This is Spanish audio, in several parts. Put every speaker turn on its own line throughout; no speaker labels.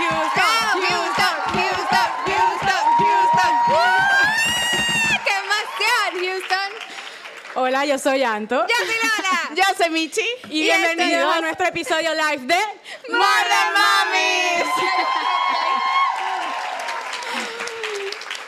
Houston, Houston, Houston, Houston. ¡Uh! ¡Qué emoción, Houston!
Hola, yo soy Anto.
Yo soy Lara.
Yo soy Michi. Y, bienvenidos a nuestro episodio live de
More Than Mamis.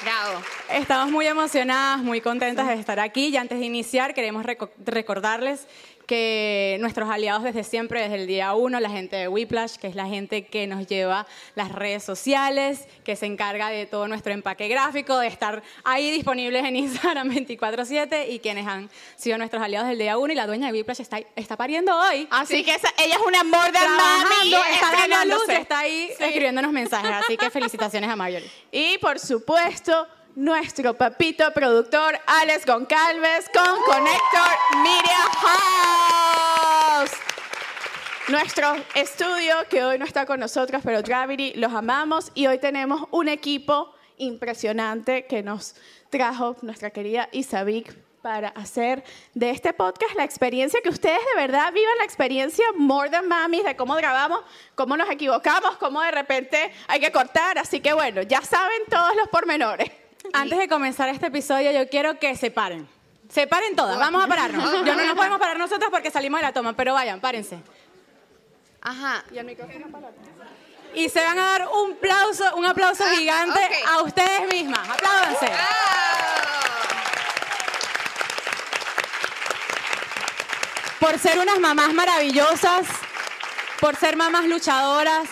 Bravo.
Estamos muy emocionadas, muy contentas de estar aquí. Y antes de iniciar, queremos reco- recordarles que nuestros aliados desde siempre, desde el día uno, la gente de Whiplash, que es la gente que nos lleva las redes sociales, que se encarga de todo nuestro empaque gráfico, de estar ahí disponibles en Instagram 24/7 y quienes han sido nuestros aliados del día uno y la dueña de Whiplash está, está pariendo hoy.
Así que esa- ella es una more than mami.
trabajando, está dando a luz,
estrenándose.
está ahí
Sí.
escribiéndonos mensajes. Así que felicitaciones a Marjorie.
Y por supuesto, nuestro papito productor Alex Goncalves con Connector Media House. Nuestro estudio que hoy no está con nosotros, pero Gravity los amamos y hoy tenemos un equipo impresionante que nos trajo nuestra querida Isabik para hacer de este podcast la experiencia que ustedes de verdad vivan la experiencia more than mamis de cómo grabamos, cómo nos equivocamos, cómo de repente hay que cortar, así que bueno, ya saben todos los pormenores.
Antes de comenzar este episodio, yo quiero que se paren. Se paren todas, vamos a pararnos. Yo no nos podemos parar nosotras porque salimos de la toma, pero vayan, párense.
Ajá.
Y se van a dar un aplauso, un aplauso
Ah,
gigante
ok. Ah.
a ustedes mismas. Apláudanse. Por ser unas mamás maravillosas, por ser mamás luchadoras,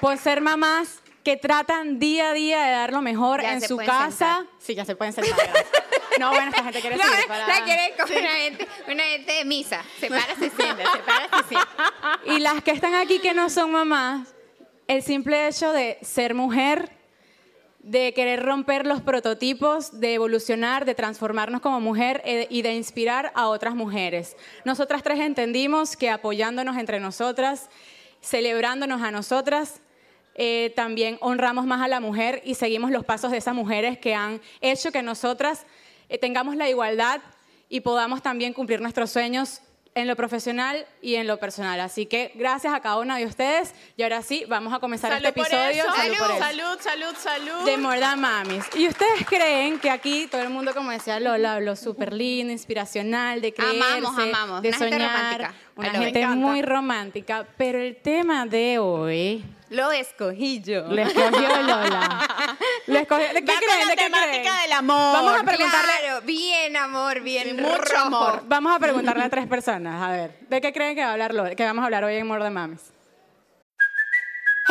por Pues ser mamás que tratan día a día de dar lo mejor
Ya
en
se
su
pueden
casa.
sentar.
Sí, ya se pueden sentar. gracias. No, bueno, esta gente quiere
No,
seguir para...
La quiere como una, gente, una gente de misa. Se para, se sienta, se para, se sienta.
Y las que están aquí que no son mamás, el simple hecho de ser mujer, de querer romper los prototipos, de evolucionar, de transformarnos como mujer eh, y de inspirar a otras mujeres. Nosotras tres entendimos que apoyándonos entre nosotras, celebrándonos a nosotras, eh, también honramos más a la mujer y seguimos los pasos de esas mujeres que han hecho que nosotras eh, tengamos la igualdad y podamos también cumplir nuestros sueños en lo profesional y en lo personal. Así que gracias a cada una de ustedes. Y ahora sí, vamos a comenzar este episodio. Salud por eso.
salud, salud, salud.
De Morda Mamis. ¿Y ustedes creen que aquí todo el mundo, como decía Lola, habló súper lindo, inspiracional, de creerse,
Amamos, amamos.
de
Una gente
soñar,
romántica.
una
I love it. Me
gente
encanta.
muy romántica, pero el tema de hoy
Lo escogí yo.
lo escogió Lola. Lo escogió- ¿De qué creen? ¿De qué creen?
amor.
Vamos a preguntarle-
Claro, bien amor, bien
Mucho
rojo.
amor. Vamos a preguntarle a tres personas, a ver, ¿de qué creen que va a hablar Lola, que vamos a hablar hoy en Morda Mamis?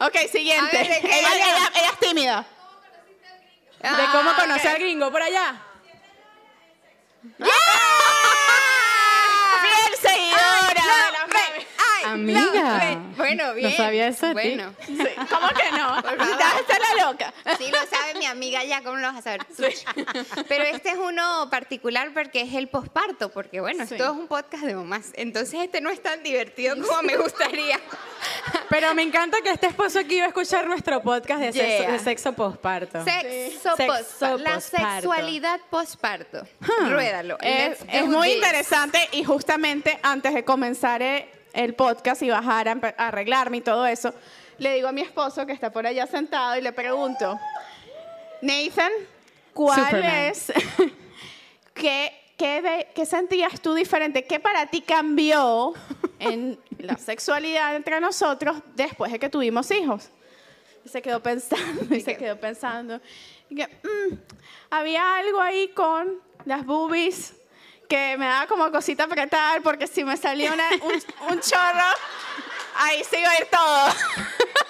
Ok, siguiente.
A ver, ¿de qué
ella,
habla?
ella- ella es tímida. Ah,
¿De cómo conocer al gringo por allá?
Fiel seguidora de las mamis. Ay,
Amiga.
no, ve- Ah, bueno,
No
bien.
sabía eso de ti.
Bueno. ¿Cómo que no? Estás la loca. Sí, lo sabe mi amiga ya, ¿cómo lo vas a saber? Pero este es uno particular porque es el posparto, porque bueno, esto es un podcast de mamás. Entonces este no es tan divertido como me gustaría.
Pero me encanta que este esposo aquí va a escuchar nuestro podcast de sexo,
Yeah.
de sexo posparto.
Sexo
Sexo
posparto. La
posparto.
sexualidad posparto. Ruédalo.
Es,
Let's do
Eh, es muy
this.
interesante y justamente antes de comenzar eh, el podcast y bajar a, empe- a arreglarme y todo eso, le digo a mi esposo que está por allá sentado y le pregunto, Nathan, ¿cuál
Superman.
es? ¿Qué, qué, ve- qué sentías tú diferente? ¿Qué para ti cambió en la sexualidad entre nosotros después de que tuvimos hijos? Y se quedó pensando, y se quedó pensando. Y que, "Mm, había algo ahí con las boobies que me daba como cosita apretar, porque si me salía una- un, un chorro, ahí se iba a ir todo.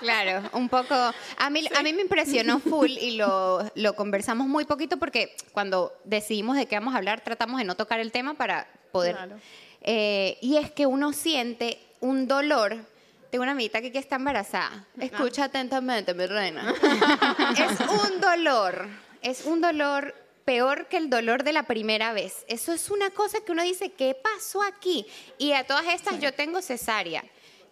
Claro, un poco. A mí, a mí me impresionó full y lo, lo conversamos muy poquito porque cuando decidimos de qué vamos a hablar, tratamos de no tocar el tema para poder.
Claro.
Eh, y es que uno siente un dolor de una amiguita que, que está embarazada. Escucha atentamente, mi reina. es un dolor. Es un dolor peor que el dolor de la primera vez. Eso es una cosa que uno dice, ¿qué pasó aquí? Y a todas estas yo tengo cesárea.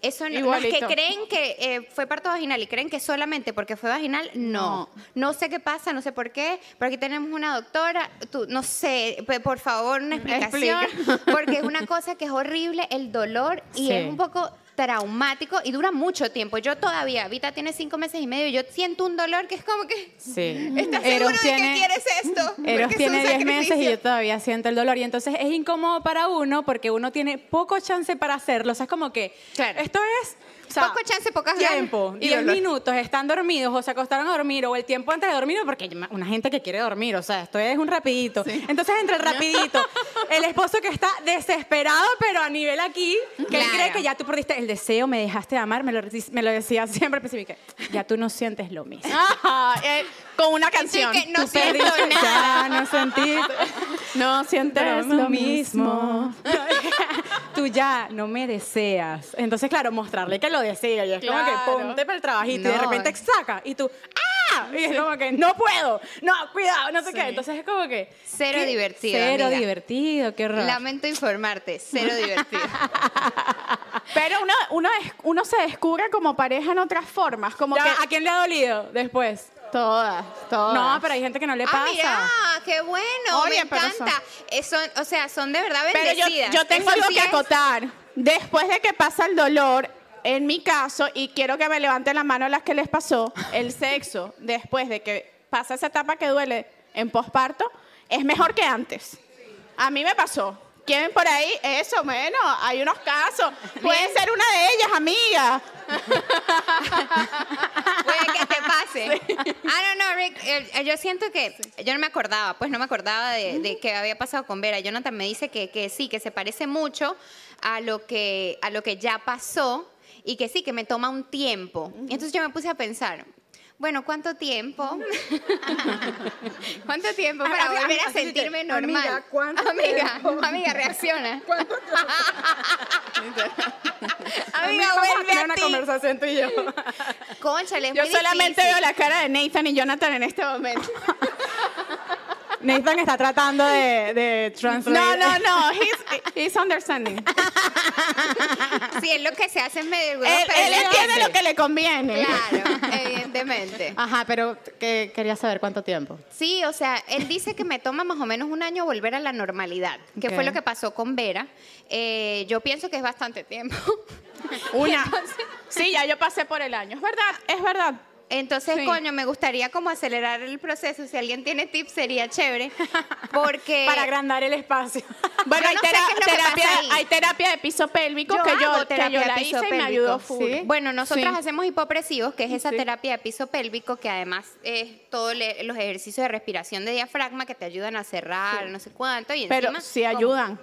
Eso no, las que
Igualito.
creen creen que eh, fue parto vaginal y creen que solamente porque fue vaginal, no. no. sé qué pasa, no sé por qué, pero aquí tenemos una doctora, tú, no sé, pe- por favor, una explicación, porque es una cosa que es horrible, el dolor, y
Sí.
es un poco traumático y dura mucho tiempo. Yo todavía, Vita tiene cinco meses y medio, y yo siento un dolor que es como que...
Sí.
¿Estás seguro
Eros
de
tiene-
que quieres esto?
Eros
Porque es un
tiene 10 meses y
sacrificio.
yo todavía siento el dolor. Y entonces es incómodo para uno porque uno tiene poco chance para hacerlo. O sea, es como que
Claro.
esto es... o sea,
Poco chance, pocas ganas
Tiempo.
y
Y 10
dolor.
minutos. Están dormidos o se acostaron a dormir o el tiempo antes de dormir porque hay una gente que quiere dormir. O sea, esto es un rapidito. Entonces entre el rapidito, el esposo que está desesperado pero a nivel aquí, que él
Claro.
cree que ya tú perdiste el deseo, me dejaste de amar, me lo, me lo decía siempre pues, al principio, que ya tú no sientes lo mismo.
Ah, eh, con una canción.
que no
Tú
siento
perdiste-
nada.
Ya no sentí...
No sientes
Pero
lo mismo.
Tú ya no me deseas. Entonces, claro, mostrarle que lo desea. Y es
Claro.
como que ponte para el trabajito y de
No.
repente saca. Y tú, ¡ah! Y es como que no puedo. No, cuidado, no sé qué. Entonces es como que.
Cero
¿qué?
divertido,
Cero
amiga.
divertido, qué horror.
Lamento informarte, cero divertido.
Pero uno, uno, es- uno se descubre como pareja en otras formas, como
Ya,
que
¿A quién le ha dolido después?
todas, todas.
No, pero hay gente que no le pasa.
Ah, mira, qué bueno,
Oye,
me
pero son-
encanta. Eh, son- o sea, son de verdad
Pero
bendecidas.
yo, yo tengo
Eso
algo
sí
que
es-
acotar. Después de que pasa el dolor, en mi caso, y quiero que me levanten la mano las que les pasó, el sexo, después de que pasa esa etapa que duele en posparto, es mejor que antes. A mí me pasó. ¿Quieren por ahí? Eso, bueno, hay unos casos. Puede ser una de ellas, amiga.
Puede que te pase. I don't know, Rick. Eh, eh, Yo siento que. Yo no me acordaba, pues no me acordaba de, de que había pasado con Vera. Jonathan me dice que, que sí, que se parece mucho a lo que, a lo que ya pasó y que sí, que me toma un tiempo. Entonces yo me puse a pensar. Bueno, ¿cuánto tiempo? ¿Cuánto tiempo para
A- a- a-
volver a
Ah, así te-
sentirme
amiga,
normal?
¿cuánto
amiga, amiga, reacciona. amiga,
Vamos a
vuelve
tener
a,
una
ti.
conversación tú y yo.
Cónchale, es
Yo
muy
solamente
difícil.
veo la cara de Nathan y Jonathan en este momento.
Nathan está tratando de, de translate.
No, no, no. He's, he's understanding.
Sí, es lo que se hace en medio
él, él entiende lo que le conviene.
Claro, evidentemente.
Ajá, pero que, quería saber cuánto tiempo.
Sí, o sea, él dice que me toma más o menos un año volver a la normalidad, que fue
Ok.
lo que pasó con Vera. Eh, yo pienso que es bastante tiempo.
Una. Sí, ya yo pasé por el año. Es verdad, es verdad.
Entonces,
Sí.
coño, me gustaría como acelerar el proceso. Si alguien tiene tips, sería chévere. Porque...
Para agrandar el espacio.
Bueno,
Eh, Yo
hay,
no sé
tera-
qué es lo que
terapia,
pasa ahí.
hay terapia de piso pélvico que,
hago
yo, que yo
terapia
la
piso
hice y me
pélvico.
ayudó full.
Bueno, nosotras
Sí.
hacemos hipopresivos, que es esa terapia de piso pélvico, que además es todos le- los ejercicios de respiración de diafragma que te ayudan a cerrar, no sé cuánto. Y
Pero
encima,
sí
como-
ayudan.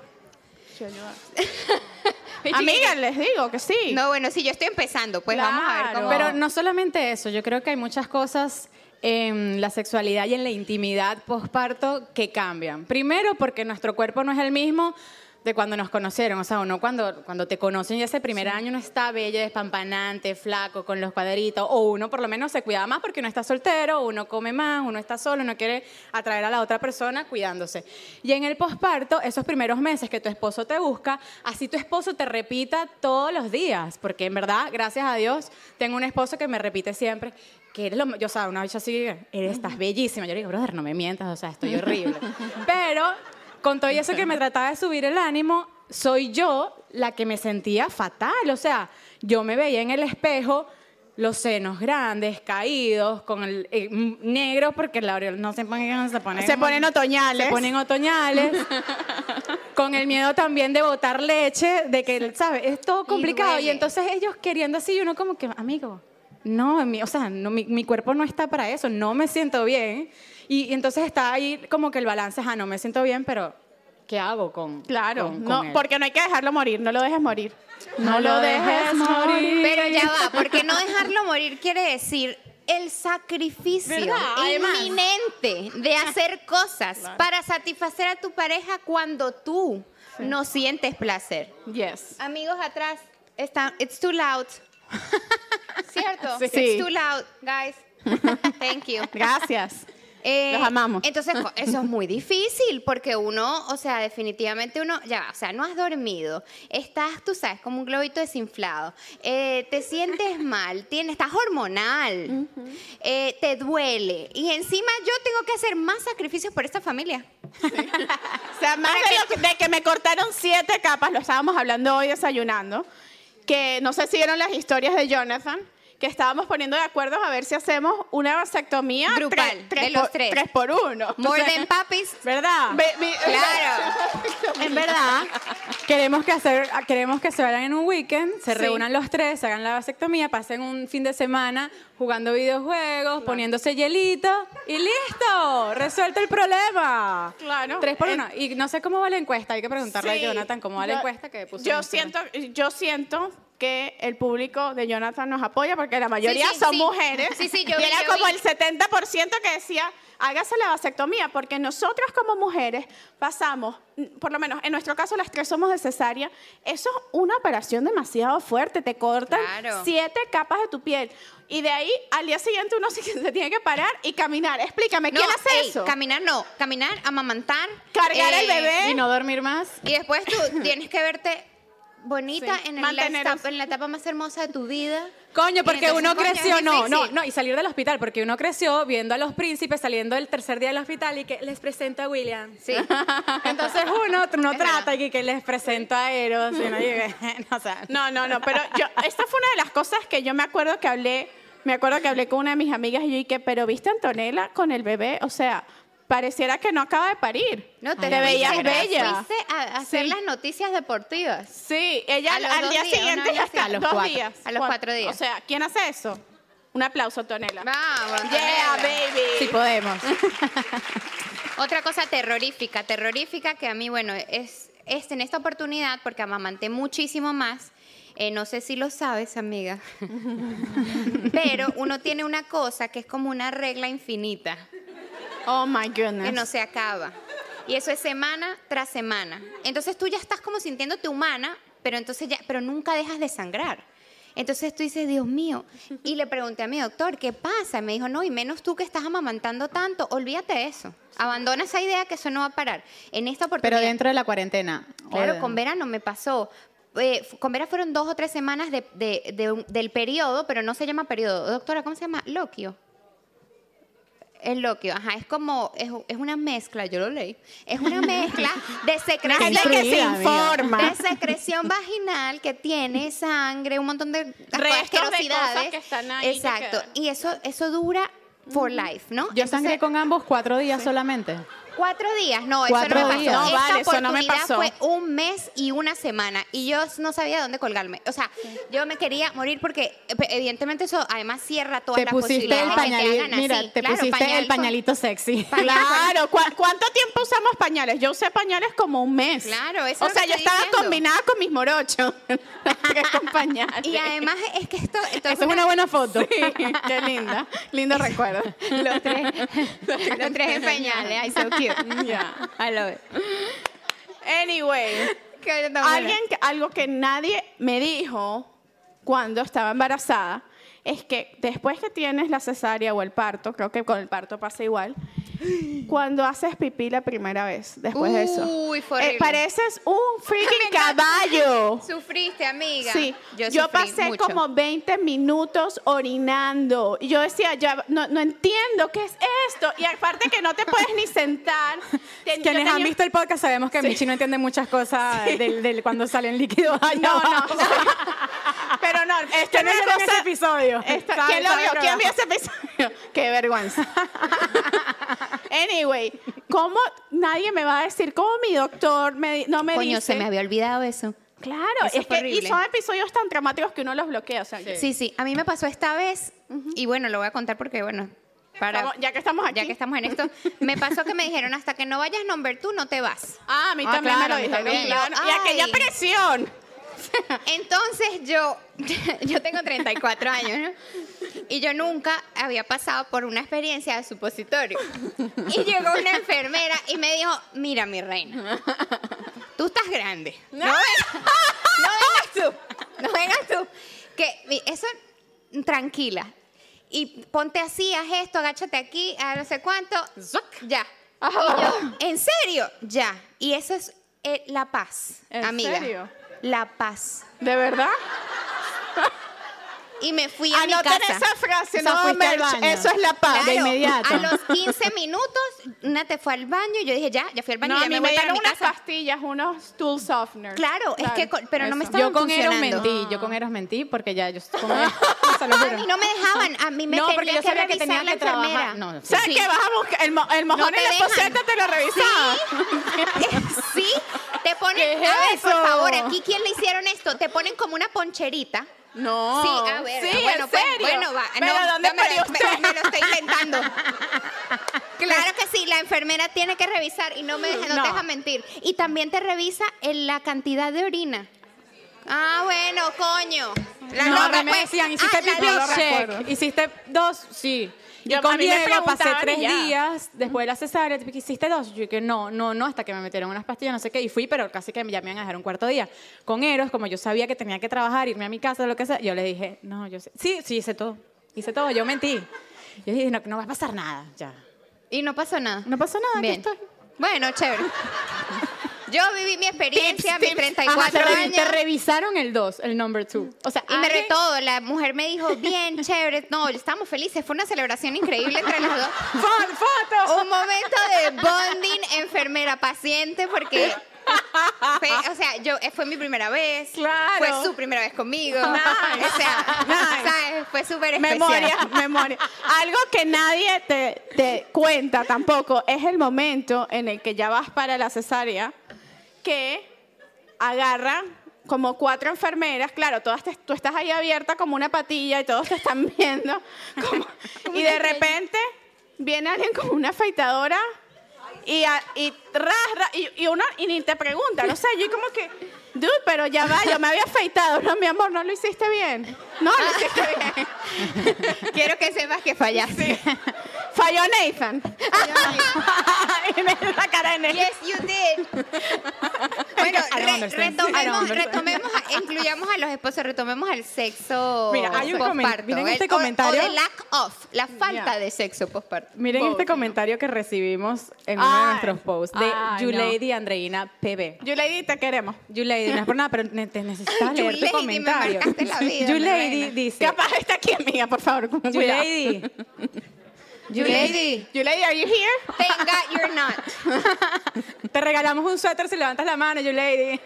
Amigas, les digo que sí.
No, bueno, sí, yo estoy empezando, pues vamos a ver
Claro.
cómo.
Pero no solamente eso, yo creo que hay muchas cosas en la sexualidad y en la intimidad posparto que cambian. Primero, porque nuestro cuerpo no es el mismo de cuando nos conocieron. O sea, uno cuando, cuando te conocen ya ese primer año uno está bello, despampanante, flaco, con los cuadritos. O uno por lo menos se cuidaba más porque uno está soltero, uno come más, uno está solo, uno quiere atraer a la otra persona cuidándose. Y en el posparto, esos primeros meses que tu esposo te busca, así tu esposo te repita todos los días. Porque en verdad, gracias a Dios, tengo un esposo que me repite siempre que eres lo ma- yo, o sea, una bicha así, eres, estás bellísima. Yo le digo, brother, no me mientas, o sea, estoy horrible. Pero con todo eso que me trataba de subir el ánimo, soy yo la que me sentía fatal. O sea, yo me veía en el espejo los senos grandes, caídos, con el eh, m- negro, porque la aureola no se pone, se pone
Se ponen otoñales.
Se ponen otoñales. con el miedo también de botar leche, de que, ¿sabes? Es todo complicado. Y,
duele.
entonces ellos queriendo así, y uno como que, amigo, no, mi- o sea, no, mi, mi cuerpo no está para eso, no me siento bien. Y, y entonces está ahí como que el balance, ah, no me siento bien, pero ¿qué hago con
Claro,
con- con
no,
él?
porque no hay que dejarlo morir, no lo dejes morir.
No lo dejes morir.
Pero ya va, porque no dejarlo morir quiere decir el sacrificio
¿Verdad? Además.
inminente de hacer cosas para satisfacer a tu pareja cuando tú no sientes placer.
Yes.
Amigos atrás, están, it's too loud. ¿Cierto?
Sí.
It's too loud, guys. Thank you.
Gracias.
Eh,
Los amamos.
Entonces, co- eso es muy difícil porque uno, o sea, definitivamente uno, ya, va, o sea, no has dormido, estás, tú sabes, como un globito desinflado, eh, te sientes mal, tienes, estás hormonal, eh, te duele y encima yo tengo que hacer más sacrificios por esta familia.
O sea, más de, lo que, de que me cortaron siete capas, lo estábamos hablando hoy desayunando, que no sé si vieron las historias de Jonathan, que estábamos poniendo de acuerdo a ver si hacemos una vasectomía
Grupal,
tre- tres
de los
por-
tres.
Tres por uno.
More than papis.
¿Verdad?
Ve- ve-
En verdad, queremos que, hacer, queremos que se vayan en un weekend, se
Sí.
reúnan los tres, se hagan la vasectomía, pasen un fin de semana jugando videojuegos, poniéndose hielito y listo, resuelto el problema.
Claro.
Tres por
Eh,
uno. Y no sé cómo va la encuesta, hay que preguntarle
Sí.
a Jonathan cómo va la
Yo-
encuesta que puso.
Yo
en Instagram.
siento, yo siento que el público de Jonathan nos apoya porque la mayoría
Sí, sí,
son
sí.
mujeres.
Sí, sí, yo
y
vi,
era
yo
como
vi.
el 70% que decía, hágase la vasectomía, porque nosotras como mujeres pasamos, mm, por lo menos en nuestro caso las tres somos de cesárea, eso es una operación demasiado fuerte, te cortan
Claro.
siete capas de tu piel. Y de ahí al día siguiente uno se, se tiene que parar y caminar. Explícame,
No,
¿quién hace
ey,
eso?
Caminar no, caminar, amamantar.
Cargar al
eh,
bebé.
Y no dormir más.
Y después tú tienes que verte bonita
Sí,
en, el- la
manteneros.
etapa, en la etapa más hermosa de tu vida.
Coño, porque
entonces,
uno
coño, es
creció, no, no,
difícil.
no, y salir del hospital, porque uno creció viendo a los príncipes saliendo el tercer día del hospital y que les presento a William.
Sí.
Entonces uno, uno
Es
trata
verdad.
y que les presento a Eros. y uno dice, o sea,
No, no, no, pero yo, esta fue una de las cosas que yo me acuerdo que hablé, me acuerdo que hablé con una de mis amigas y yo dije, pero viste a Antonella con el bebé, o sea, pareciera que no acaba de parir.
No, te,
Te veías
fuiste-
bella.
Fuiste a a hacer
Sí.
las noticias deportivas.
Sí, ella
A
al,
los
al
dos
día
días, una
siguiente
vez
ya está,
a los
dos
cuatro.
días.
A los
Cuatro.
cuatro días.
O sea, ¿quién hace eso? Un aplauso, Antonella.
Vamos,
Yeah,
Antonella.
baby.
si podemos.
Otra cosa terrorífica, terrorífica que a mí, bueno, es, es en esta oportunidad, porque amamanté muchísimo más. eh, no sé si lo sabes, amiga. Pero uno tiene una cosa que es como una regla infinita,
Oh my
que
goodness.
no se acaba. Y eso es semana tras semana. Entonces tú ya estás como sintiéndote humana, pero entonces ya, pero nunca dejas de sangrar. Entonces tú dices, Dios mío. Y le pregunté a mi doctor, ¿qué pasa? Y me dijo, no, y menos tú que estás amamantando tanto, olvídate de eso. Abandona esa idea que eso no va a parar. En esta oportunidad.
Pero dentro de la cuarentena.
Claro,
Orden.
con Vera no me pasó. Eh, f- con Vera fueron dos o tres semanas de- de- de un- del periodo, pero no se llama periodo. Doctora, ¿cómo se llama? Loquio. El loquio, ajá, es como, es, es una mezcla, yo lo leí. Es una mezcla de secreción.
Gente que se
Instruida, amiga.
informa.
De secreción vaginal que tiene sangre, un montón de
Restos de
asquerosidades.
cosas que están ahí que
Exacto.
quedaron.
y eso, eso dura for life, ¿no?
Yo
Entonces,
sangré con ambos cuatro días solamente.
Cuatro días, no,
Cuatro
eso no me
días.
pasó.
No,
Esta
vale, eso no me
oportunidad
pasó.
fue un mes y una semana y yo no sabía dónde colgarme. O sea, yo me quería morir porque eh, evidentemente eso además cierra todas
Te
las
pusiste el
posibilidades de que te hagan
pañalito.
así.
Mira, te
Claro,
pusiste
pañal
el
con-
pañalito sexy.
pañal con-
Claro, ¿cu- ¿cuánto tiempo usamos pañales? Yo usé pañales como un mes.
Claro, eso
O
es lo
sea,
que
yo
estoy
estaba
diciendo.
combinada con mis morochos. Tres con pañales.
Y además es que esto, esto
Esa es una buena foto.
Qué linda, lindo recuerdo.
los tres, los tres en pañales, I so cute.
Yeah.
I love it.
Anyway,
Qué tan buena.
Alguien, que- algo que nadie me dijo cuando estaba embarazada es que después que tienes la cesárea o el parto, creo que con el parto pasa igual, cuando haces pipí la primera vez, después de eso. Eh,
Uy, fue horrible.
pareces un freaking
Me encanta.
caballo.
Sufriste, amiga.
Sí, yo,
sufrí
pasé
mucho.
como 20 minutos orinando. Y yo decía, ya no, no entiendo qué es esto. Y aparte que no te puedes ni sentar. Ten- yo
Quienes han
tenía-
visto el podcast sabemos que Michi no entiende muchas cosas del, del cuando salen líquidos allá
No, no.
abajo.
Pero no,
Este
esto
Que
no
no
es
vieron
cosa-
ese episodio.
Esto-
Saben-
¿Quién lo
saben
vio?
que
¿Quién
va.
vio ese episodio? Qué vergüenza. anyway, ¿cómo nadie me va a decir? ¿Cómo mi doctor me di- no me
Coño,
dice?
se me había olvidado eso.
Claro,
Eso
es
fue
que y
horrible.
son episodios tan dramáticos que uno los bloquea. O sea, yo-
Sí, sí, a mí me pasó esta vez y bueno, lo voy a contar porque bueno, para
Estamos- ya que estamos aquí.
ya que estamos en esto, me pasó que me dijeron hasta que no vayas number two no te vas.
Ah, a mí
Ah,
también
claro, a
me lo
mí
dijeron.
también.
claro.
Yo,
Y aquella
ay.
presión.
Entonces yo, yo tengo 34 años, ¿no? Y yo nunca había pasado por una experiencia de supositorio. Y llegó una enfermera y me dijo, mira mi reina, tú estás grande. No, ven- no vengas tú, no vengas tú. Que mi- eso, tranquila. Y ponte así, haz esto, agáchate aquí, a no sé cuánto. Ya.
Ah.
Y yo, ¿en serio? Ya. Y eso es eh, la paz,
¿En
amiga.
serio?
La paz.
¿De verdad?
Y me fui a mi
Anoten
casa.
esa frase,
O sea,
no,
fuiste al
Merch,
baño.
Eso es la paz.
De inmediato.
A los 15 minutos, Nate fue al baño y yo dije, ya, ya fui al baño,
No, a
ya
mí
me
me
voy para
dieron
mi
unas
casa.
pastillas, unos tool softeners.
Claro, es que, con- pero no me
eso.
estaban
Yo con Eros
funcionando.
mentí, yo con Eros mentí porque ya yo con Eros, se lo
A
juro.
mí no me dejaban, a mí me
No,
tenía
porque yo
que
sabía que
revisar
tenía
la
que trabajar.
enfermera.
No,
O sea,
Sí.
que vas a buscar el, mo- el mojón
te
en la
dejan.
poseta, te lo revisaba.
Sí, te ponen,
¿Qué es
a ver, por
eso?
favor, aquí quién le hicieron esto, te ponen como una poncherita.
No.
Sí, a ver.
Sí,
bueno,
en
pues,
serio.
bueno, va.
Pero
no,
¿dónde
no me,
parió
lo, me-
usted?
me lo estoy inventando. Claro que sí, la enfermera tiene que revisar y no me deja, no,
No.
te deja mentir. Y también te revisa en la cantidad de orina. Ah, bueno, coño. La
no, a mí
loca,
me
pues.
decían, hiciste
Ah, la
pipí,
loca.
check. Hiciste dos, sí.
Yo-
Yo,
a
con
mí me
Diego pasé
preguntaban y
tres
ya.
días después de la cesárea, tipo, hiciste dos. Yo que no, no, no, hasta que me metieron unas pastillas, no sé qué, y fui, pero casi que ya me iban a dejar un cuarto día. Con Eros, como yo sabía que tenía que trabajar, irme a mi casa, lo que sea, yo le dije, no, yo sé. Sí, sí, hice todo. Hice todo, yo mentí. Yo dije, no, no va a pasar nada, ya.
Y no pasó nada.
No pasó
Ah,
nada, aquí
Bien.
estoy.
Bueno, chévere. Yo viví mi experiencia, mis 34
Ajá, te,
Ah,
revi-
años.
te revisaron el 2, el number 2. O sea,
Y me
alguien-
retó, la mujer me dijo, bien, chévere, no, estamos felices, fue una celebración increíble entre las dos.
¡Fo- ¡Foto!
Un momento de bonding enfermera-paciente porque... fue- o sea, yo eh, fue mi primera vez.
Claro.
Fue su primera vez conmigo. O sea,
Nice.
¿sabes? Fue súper especial.
Memoria, memoria. Algo que nadie te, te cuenta tampoco es el momento en el que ya vas para la cesárea que agarran como cuatro enfermeras, claro, todas te- tú estás ahí abierta como una patilla y todos te están viendo. como- y de repente viene alguien con una afeitadora y, a- y, ras, ras, y, y uno y ni te pregunta, no sé, yo como que, dude, pero ya va, yo me había afeitado, no, mi amor, no lo hiciste bien. No lo hiciste bien.
Quiero que sepas que fallaste.
Falló Nathan. y me dio la cara de Nelly.
Yes, you did. Bueno,
I don't
re-
understand. I don't
retomemos,
understand.
retomemos a- incluyamos a los esposos, retomemos el sexo
Mira, hay un
posparto,
comen- miren
el-
este
o-
comentario.
O, el lack of, la falta
Yeah.
de sexo posparto.
Miren
Post,
este
¿no?
comentario que recibimos en uno
Ay.
de nuestros posts de
Ay,
Yulady Andreina PB.
Yulady, te queremos.
Yulady, no es por nada, pero ne- te necesitas leer
Yulady, me
tu comentario.
marcaste la vida,
Yulady
Lorena.
dice,
Capaz está aquí, amiga, por favor. con cuidado.
Yulady,
Yulady.
Yulady, are you here?
Thank God you're not.
te regalamos un suéter si levantas la mano, Yulady.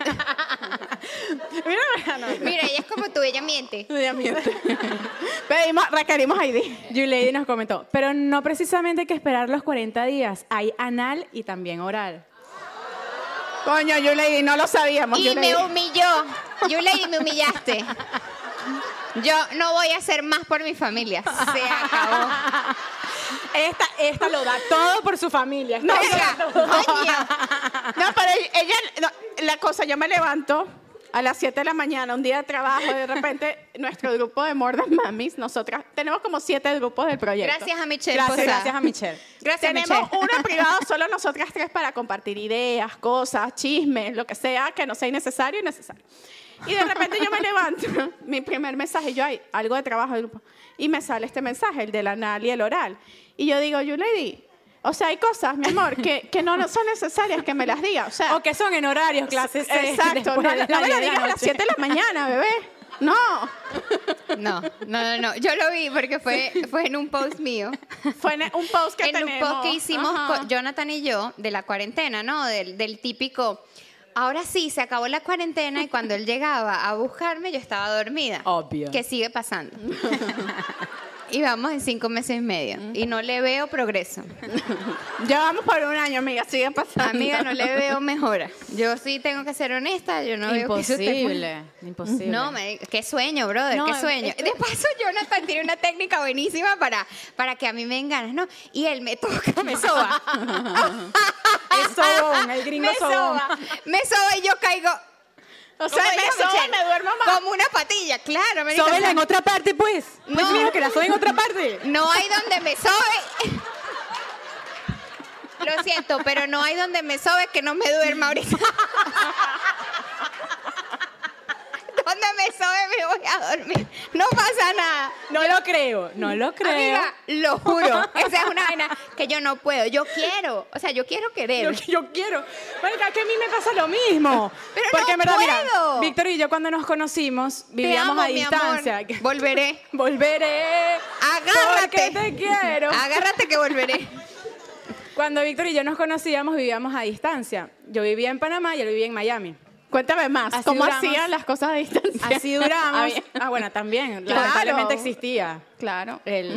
Mira, no.
Mira, ella es como tú, ella miente.
Pedimos, requerimos ID.
Yulady nos comentó, pero no precisamente hay que esperar los 40 días, hay anal y también oral.
Coño, Yulady, no lo sabíamos.
Y
Yulady.
me humilló. Yulady, me humillaste. Yo no voy a hacer más por mi familia. Se acabó.
Esta, esta lo da todo por su familia.
No,
Verga,
no, no.
coño.
No, pero ella, no, la cosa, yo me levanto a las 7 de la mañana, un día de trabajo, de repente nuestro grupo de Mordas Mamis, nosotras tenemos como siete grupos del proyecto.
Gracias a Michelle
Gracias,
Posada.
gracias a Michelle.
Gracias,
tenemos
Michelle.
uno privado solo nosotras tres para compartir ideas, cosas, chismes, lo que sea que no sea innecesario y necesario. Y de repente yo me levanto, mi primer mensaje, yo hay algo de trabajo del grupo, y me sale este mensaje, el del anal y el oral. Y yo digo, you lady, o sea, hay cosas, mi amor, que, que no, no son necesarias que me las diga. O sea,
O que son en horarios, clases. eh,
Exacto, no,
después
no
de
me
las
la
diez de la
digas a las
noche.
7 de la mañana, bebé. No,
No, no, no, no. Yo lo vi porque fue, fue en un post mío.
fue en un post que
en
tenemos.
un post que hicimos
Ajá.
con Jonathan y yo de la cuarentena, ¿no? Del, del típico. Ahora sí, se acabó la cuarentena y cuando él llegaba a buscarme yo estaba dormida.
Obvio.
Que sigue pasando. y vamos en cinco meses y medio. Y no le veo progreso.
Ya vamos por un año, amiga, sigue pasando.
Amiga, no le veo mejora. Yo sí tengo que ser honesta, yo no veo que eso
pues.
esté
Imposible, imposible.
No, me, qué sueño, brother,
No,
qué sueño.
esto-
De paso, Jonathan tiene una técnica buenísima para, para que a mí me enganas, ¿no? Y él me toca, me soba.
El sobón, el gringo
me
sobón.
soba. Me soba y yo caigo.
O sea,
como
me
dijo
soba,
Michelle,
me duermo más.
Como una patilla, claro. me dijo,
Sóbela en otra parte, pues. Pues
No.
mijo, que la soben en otra parte.
No hay donde me sobe. Lo siento, pero no hay donde me sobe que no me duerma ahorita. Donde me sobe me voy a dormir. No pasa nada.
No lo creo, no lo creo.
Amiga, lo juro. Esa es una vaina que yo no puedo. Yo quiero. O sea, yo quiero
Yo,
querer.
yo quiero. Marica, que a mí me pasa lo mismo.
Pero
Porque
no
en verdad, mira,
puedo.
Víctor y yo cuando nos conocimos
Te
vivíamos
amo,
a
mi
distancia.
amor. Volveré.
Volveré.
Agárrate. Ah.
Porque te quiero.
Agárrate que volveré.
Cuando Víctor y yo nos conocíamos vivíamos a distancia. Yo vivía en Panamá y él vivía en Miami.
Cuéntame más,
Así
¿cómo
duramos.
hacían las cosas a distancia?
Así duramos.
Había-
ah, bueno, también.
Claro.
Lamentablemente existía.
Claro.
El,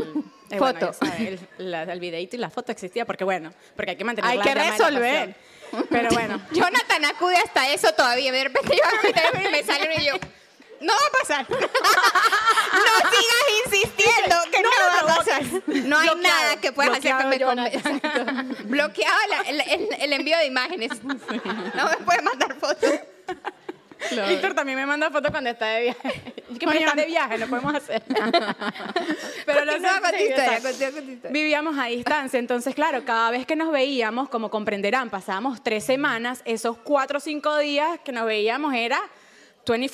eh, bueno, ya
Foto.
sabes, el, la- el videíto y la foto existía porque, bueno, porque hay que mantener
Hay
la
que
llama de la
resolver.
pasión. Pero bueno.
Jonathan acude hasta eso todavía. De repente yo hago mi teléfono y me sale uno y yo. No va a pasar. No sigas insistiendo que no, va a pasar. No hay
Bloqueado,
nada que puedas hacer con mi
bloqueado,
conversa. Exacto. Bloqueado la- el, el- el envío de imágenes. No me puedes mandar fotos.
Víctor también me manda fotos cuando está de viaje. Es que pero está de viaje, no podemos hacer. pero lo
Continúa
sé,
con tu
sí, o sea,
historia, continúa con tu historia.
Vivíamos a distancia, entonces claro, cada vez que nos veíamos, como comprenderán, pasábamos tres semanas, esos cuatro o cinco días que nos veíamos era 24/7,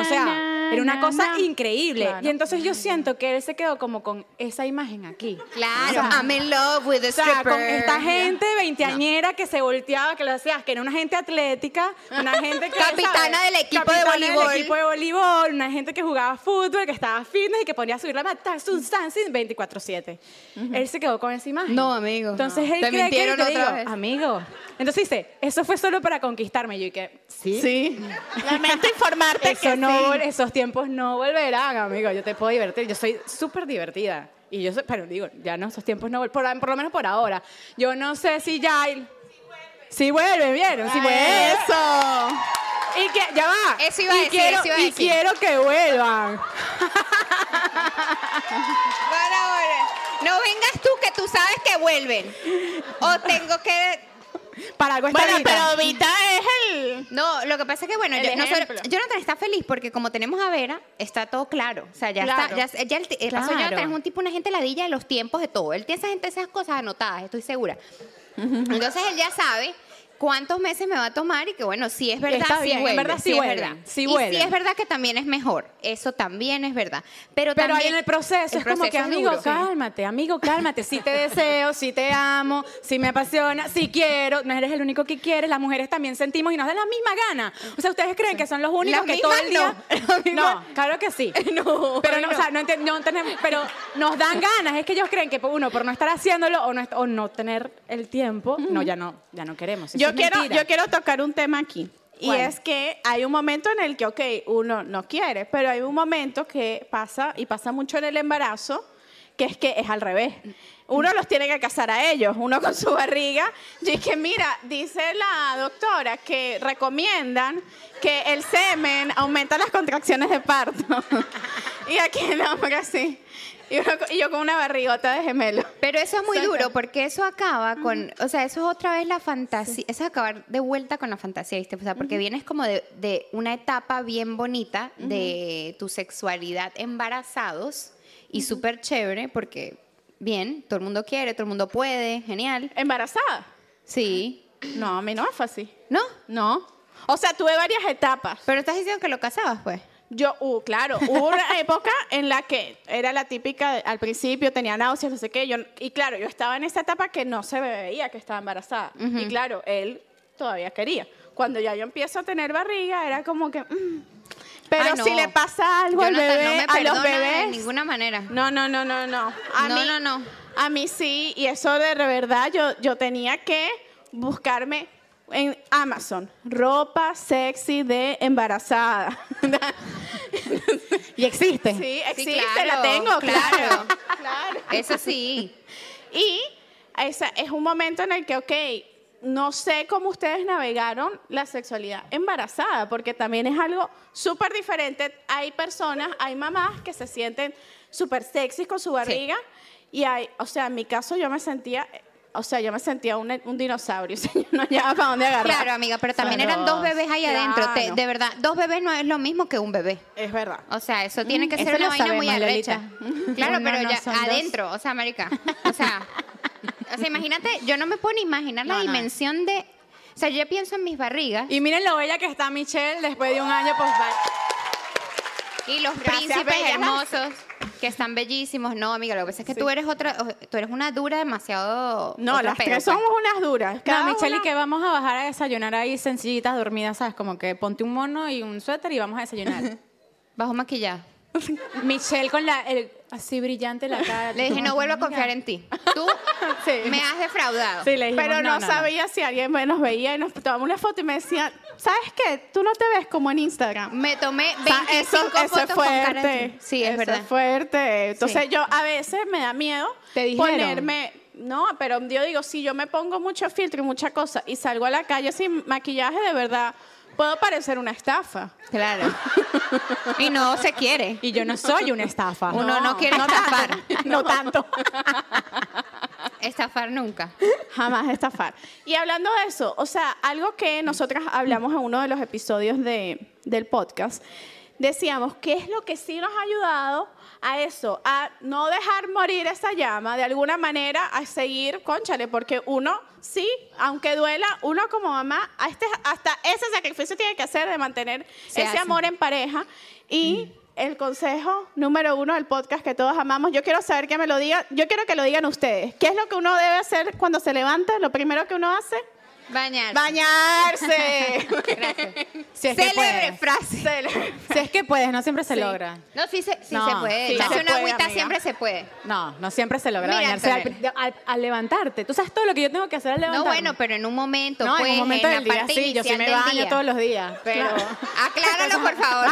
o sea, era una cosa increíble. Y entonces yo siento que él se quedó como con esa imagen aquí.
Claro, I'm in love with the
O sea, con esta
stripper.
gente veinteañera que se volteaba, que lo hacías, que era una gente atlética, una gente que.
Capitana del equipo de
Capitana
voleibol.
Del equipo de voleibol, una gente que jugaba fútbol, que estaba fitness y que ponía a subir la mata, sustancia 24-7. Él se quedó con esa imagen.
No, amigo,
Entonces
no.
él
Te
cree que
mintieron
yo
otra
digo,
vez.
amigo. Entonces dice, eso fue solo para conquistarme. Yo y que, sí.
Sí. Lamento informarte
Eso
que
no,
sí.
vol- esos tiempos no volverán, amigo. Yo te puedo divertir. Yo soy súper divertida. Y yo soy, pero digo, ya no, esos tiempos no vol- por, por lo menos por ahora. Yo no sé si ya. Si vuelve, vieron, si vuelve.
"Eh, Eso.
Y que, ya va.
Eso iba a
y
decir,
quiero,
eso iba a
y
decir.
quiero que vuelvan.
Bueno, bueno. No vengas tú que tú sabes que vuelven. O tengo que
Para algo está
Bueno,
Vita.
pero Vita es el...
No, lo que pasa es que, bueno,
El
yo, nosotros-
ejemplo.
Jonathan está feliz porque como tenemos a Vera, está todo claro. O sea, ya
Claro.
está, ya, ya el, t- el caso de Jonathan es un tipo, una gente ladilla de los tiempos de todo. Él tiene esa gente, esas cosas anotadas, estoy segura. Entonces él ya sabe cuántos meses me va a tomar y que, bueno, sí es verdad,
Está
sí
bien, en
vuelve,
verdad sí
es
vuelven,
verdad.
sí
y sí
vuelven.
es verdad que también es mejor. Eso también es verdad. Pero,
Pero ahí
también,
en el proceso
el
es como que,
proceso es
amigo,
duro.
cálmate, amigo, cálmate. Si te deseo, si te amo, si me apasiona, si quiero. No eres el único que quieres. Las mujeres también sentimos y nos da la misma gana. O sea, ¿ustedes creen que son los únicos
Las
que
mismas
todo el día...?
no. Las mismas-
No, claro que sí.
No,
Pero no,
no.
o sea, no, enti- no tenemos... Pero nos dan ganas. Es que ellos creen que, uno, por no estar haciéndolo o no, est- o no tener el tiempo, no, ya no, ya no queremos. Eso
Yo
es
quiero,
mentira.
yo quiero tocar un tema aquí. Y
¿Cuál?
es que hay un momento en el que, ok, uno no quiere, pero hay un momento que pasa, y pasa mucho en el embarazo, que es que es al revés. Uno los tiene que casar a ellos, uno con su barriga. Y es que, mira, dice la doctora que recomiendan que el semen aumenta las contracciones de parto. Y aquí el hombre así. Y, uno co- y yo con una barrigota de gemelo.
Pero eso es muy duro porque eso acaba con, o sea, eso es otra vez la fantasía, eso es acabar de vuelta con la fantasía, ¿viste? O sea, porque vienes como de, de una etapa bien bonita de tu sexualidad embarazados y súper chévere porque, bien, todo el mundo quiere, todo el mundo puede, genial.
¿Embarazada?
Sí,
No, a mí no me fue así.
¿no?
No. O sea, tuve varias etapas.
Pero estás diciendo que lo casabas, pues.
Yo, uh, claro, hubo una época en la que era la típica, de- al principio tenía náuseas, no sé qué, yo, y claro, yo estaba en esa etapa que no se me veía que estaba embarazada. Y claro, él todavía quería. Cuando ya yo empiezo a tener barriga, era como que... mm, pero
Ay, Ah, no.
si le pasa algo al
Jonathan,
bebé,
no me
a los
perdonas de
bebés...
ninguna manera.
No, no, no, no, no. A
No,
mí,
no, no.
A mí sí, y eso de verdad, yo, yo tenía que buscarme en Amazon ropa sexy de embarazada.
Y existen.
Sí, existe, la
claro,
tengo, claro.
claro.
claro.
Eso sí.
Y esa es un momento en el que, ok, no sé cómo ustedes navegaron la sexualidad embarazada, porque también es algo súper diferente. Hay personas, hay mamás que se sienten súper sexys con su barriga y hay, o sea, en mi caso yo me sentía, o sea, yo me sentía un, un dinosaurio, o sea, yo no llevaba para dónde agarrar.
Claro, amiga, pero también eran dos bebés ahí adentro. Te-
Claro.
de verdad, dos bebés no es lo mismo que un bebé.
Es verdad.
O sea, eso tiene que
Mm,
ser
eso
una
lo
vaina muy
sabemos,
arrecha.
Lolita.
Claro,
Uno
pero
no
ya
son dos.
adentro, o sea, marica. O sea, o sea, imagínate, yo no me puedo ni imaginar la
No, no.
dimensión de... O sea, yo pienso en mis barrigas y,
Y miren lo bella que está Michelle después de un año post
los
Gracias,
príncipes
bellas.
hermosos que están bellísimos. No, amiga, lo que pasa es que tú eres otra... o- Tú eres una dura demasiado...
No,
otro
las
pedo, pues.
tres somos unas duras. Cada
No, Michelle, y
una-
que vamos a bajar a desayunar ahí sencillitas, dormidas, ¿sabes? Como que ponte un mono y un suéter y vamos a desayunar.
Bajo maquillaje.
Michelle con la, el- así brillante la cara.
Le dije, no vuelvo a confiar en ti. Tú
Sí.
me has defraudado.
Sí, le dijimos,
Pero no,
no, no, no".
sabía si alguien me- nos veía y nos tomamos una foto y me decían, ¿sabes qué? Tú no te ves como en Instagram.
Me tomé
O
25
sea, eso, eso es
fotos con cara de
fuerte.
tú. Sí, es
Eso
verdad.
fuerte. Entonces yo a veces me da miedo
¿Te dijeron?
ponerme... No, pero yo digo, si yo me pongo mucho filtro y mucha cosa y salgo a la calle sin maquillaje, de verdad, puedo parecer una estafa.
Claro. Y no se quiere.
Y yo no soy una estafa.
Uno no, quiere estafar.
No tanto.
Estafar nunca.
Jamás estafar. Y hablando de eso, o sea, algo que nosotras hablamos en uno de los episodios de- del podcast, decíamos, ¿qué es lo que sí nos ha ayudado a eso? A no dejar morir esa llama, de alguna manera, a seguir, conchale, porque uno, sí, aunque duela, uno como mamá, a este- hasta ese sacrificio tiene que hacer de mantener
Se
ese
hace.
amor en pareja. Y el consejo número uno del podcast que todos amamos, yo quiero saber que me lo digan, yo quiero que lo digan ustedes. ¿Qué es lo que uno debe hacer cuando se levanta? Lo primero que uno hace,
Bañar.
bañarse.
Gracias.
Si es que
Célebre
puedes.
frase.
Si es que puedes, no siempre se logra.
No, sí se, sí
No,
se puede.
sí
Echarse
se
una
puede,
agüita
amiga.
siempre se puede.
No, no siempre se logra
Mira,
bañarse al,
Antonella.
al- al levantarte. Tú sabes todo lo que yo tengo que hacer al
No,
levantarme.
bueno, pero en un momento,
No,
pues,
en un momento
en
del
la
día,
parte
sí. Yo sí
inicial
me
del
baño
día.
todos los días, pero... Ah,
Claro. Acláralo, por favor.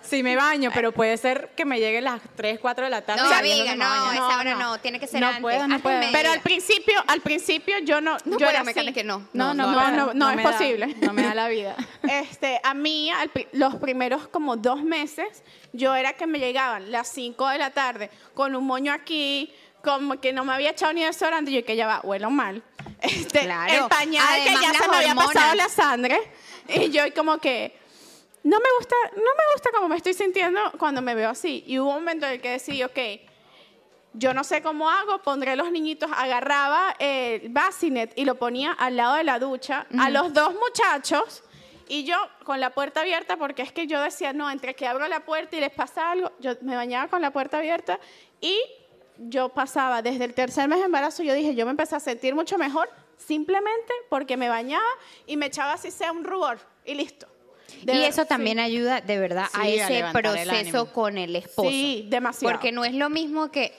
Sí me baño, pero puede ser que me llegue las 3, 4 de la tarde.
No,
y
amiga,
yo me
no,
baño.
esa hora no, tiene que ser
No
antes,
puedo, no
antes
puedo.
del
Pero al
mediodía.
principio, al principio yo no,
No
yo
puedo,
era
me
así.
sale que no.
No, no, no,
puedo,
no, no
me
es
da-
posible.
No me da la vida.
Este, a mí, al pri- los primeros como dos meses, yo era que me llegaban las 5 de la tarde con un moño aquí, como que no me había echado ni desodorante, yo que ya va, huelo mal. Este,
Claro.
El pañal
Además,
que ya
las
se me había
hormonas.
pasado la sangre y yo como que no me gusta, no me gusta como me estoy sintiendo cuando me veo así. Y hubo un momento en el que decidí, ok, yo no sé cómo hago, pondré los niñitos, agarraba el bassinet y lo ponía al lado de la ducha, a los dos muchachos, y yo con la puerta abierta, porque es que yo decía, no, entre que abro la puerta y les pasa algo, yo me bañaba con la puerta abierta y yo pasaba desde el tercer mes de embarazo, yo dije, yo me empecé a sentir mucho mejor simplemente porque me bañaba y me echaba así sea un rubor y listo. De
y
ver-
eso también ayuda de verdad
Sí,
a
a
ese
levantar el
proceso
ánimo.
con el esposo.
Sí, demasiado.
Porque no es lo mismo que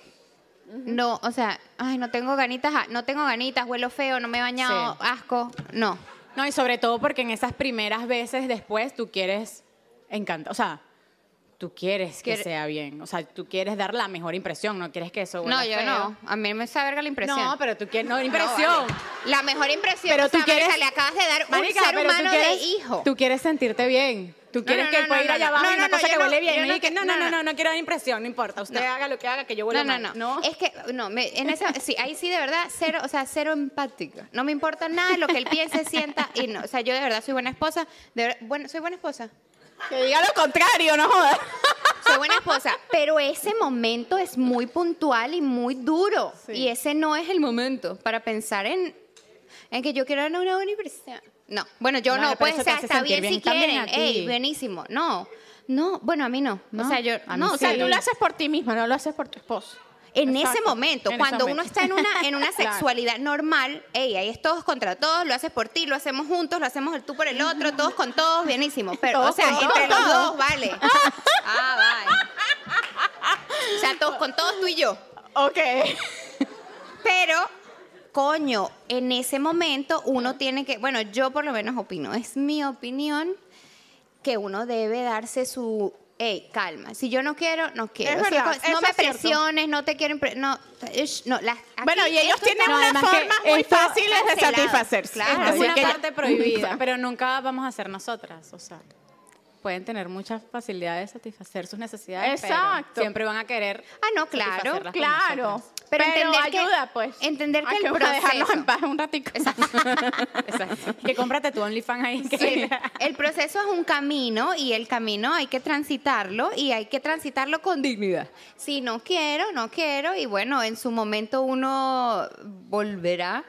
no, o sea, ay, no tengo ganitas, ah, no tengo ganitas, huelo feo, no me he bañado,
Sí.
asco. No.
No, y sobre todo porque en esas primeras veces después tú quieres encantar, o sea, tú quieres que
Quiere-
sea bien, o sea, tú quieres dar la mejor impresión, no quieres que eso
No,
huela
yo
feo.
no. A mí me sabe verga la impresión.
No, pero tú quieres no
No, vale.
impresión.
La mejor impresión.
Pero
o sea,
tú quieres-
marica, le acabas de dar un
Marica,
ser
pero tú
humano de
quieres-
hijo.
Tú quieres sentirte bien. Tú quieres
no,
que él
no,
pueda
no,
ir allá
no,
abajo
no,
y una
no, no,
cosa que
yo no-
huele bien.
yo
y
no
di que
que-
no,
no,
no, no,
no.
no, no quiero dar impresión, no importa. Usted haga lo que haga, que yo huelo
No, no,
mal.
no, Es que, no, me- en esa, sí, ahí sí de verdad, cero, o sea, cero empática. No me importa nada lo que él piense, sienta y no. O sea, yo de verdad soy buena esposa. De ver- bueno, soy buena esposa.
Que diga lo contrario, no jodas.
Soy buena esposa. Pero ese momento es muy puntual y muy duro. Y ese no es el momento para pensar en, en que yo quiero ir a una universidad. No, bueno, yo
Claro,
no,
pero
pues,
eso
o
te
sea,
hace
está
sentir
bien,
bien
si
también
quieren.
a ti.
Ey, buenísimo. No, no, bueno, a mí no.
No,
o sea, yo,
a mí
no, o
sí.
sea,
Tú
yo-
lo
haces por ti misma, no lo haces por tu esposo.
En ese
Exacto.
momento,
En ese
cuando uno
momento.
está en una, en una
Claro.
sexualidad normal, ey, ahí es todos contra todos, lo haces por ti, lo hacemos juntos, lo hacemos el tú por el otro, todos con todos, bienísimo. Pero, o
Todos
sea,
con
entre
todos.
los dos, vale. Ah, vale. O sea, todos con todos, tú y yo.
Ok.
Pero, coño, en ese momento uno tiene que, bueno, yo por lo menos opino, es mi opinión, que uno debe darse su, hey, calma, si yo no quiero, no quiero.
Es
O sea,
verdad,
co-
eso
no me
es cierto.
presiones, no te quiero, impre- no, ish, no, las- aquí
Bueno, y ellos
esto
tienen
está-
unas
además que
formas muy
esto-
fáciles de
cancelado,
satisfacerse.
claro.
Así
Es una
que-
parte prohibida, pero nunca vamos a ser nosotras. O sea, pueden tener mucha facilidad de satisfacer sus necesidades. pero
Exacto.
siempre van a querer.
Ah, no, claro.
satisfacerlas con
Claro.
nosotras.
Pero entender que-
ayuda, pues.
entender que
Hay
el
uno dejarnos
proceso-
en paz un ratico.
Exacto. Que cómprate tu OnlyFans ahí. que-
Sí, el proceso es un camino y el camino hay que transitarlo y hay que transitarlo con dignidad. Si no quiero, no quiero y bueno, en su momento uno volverá.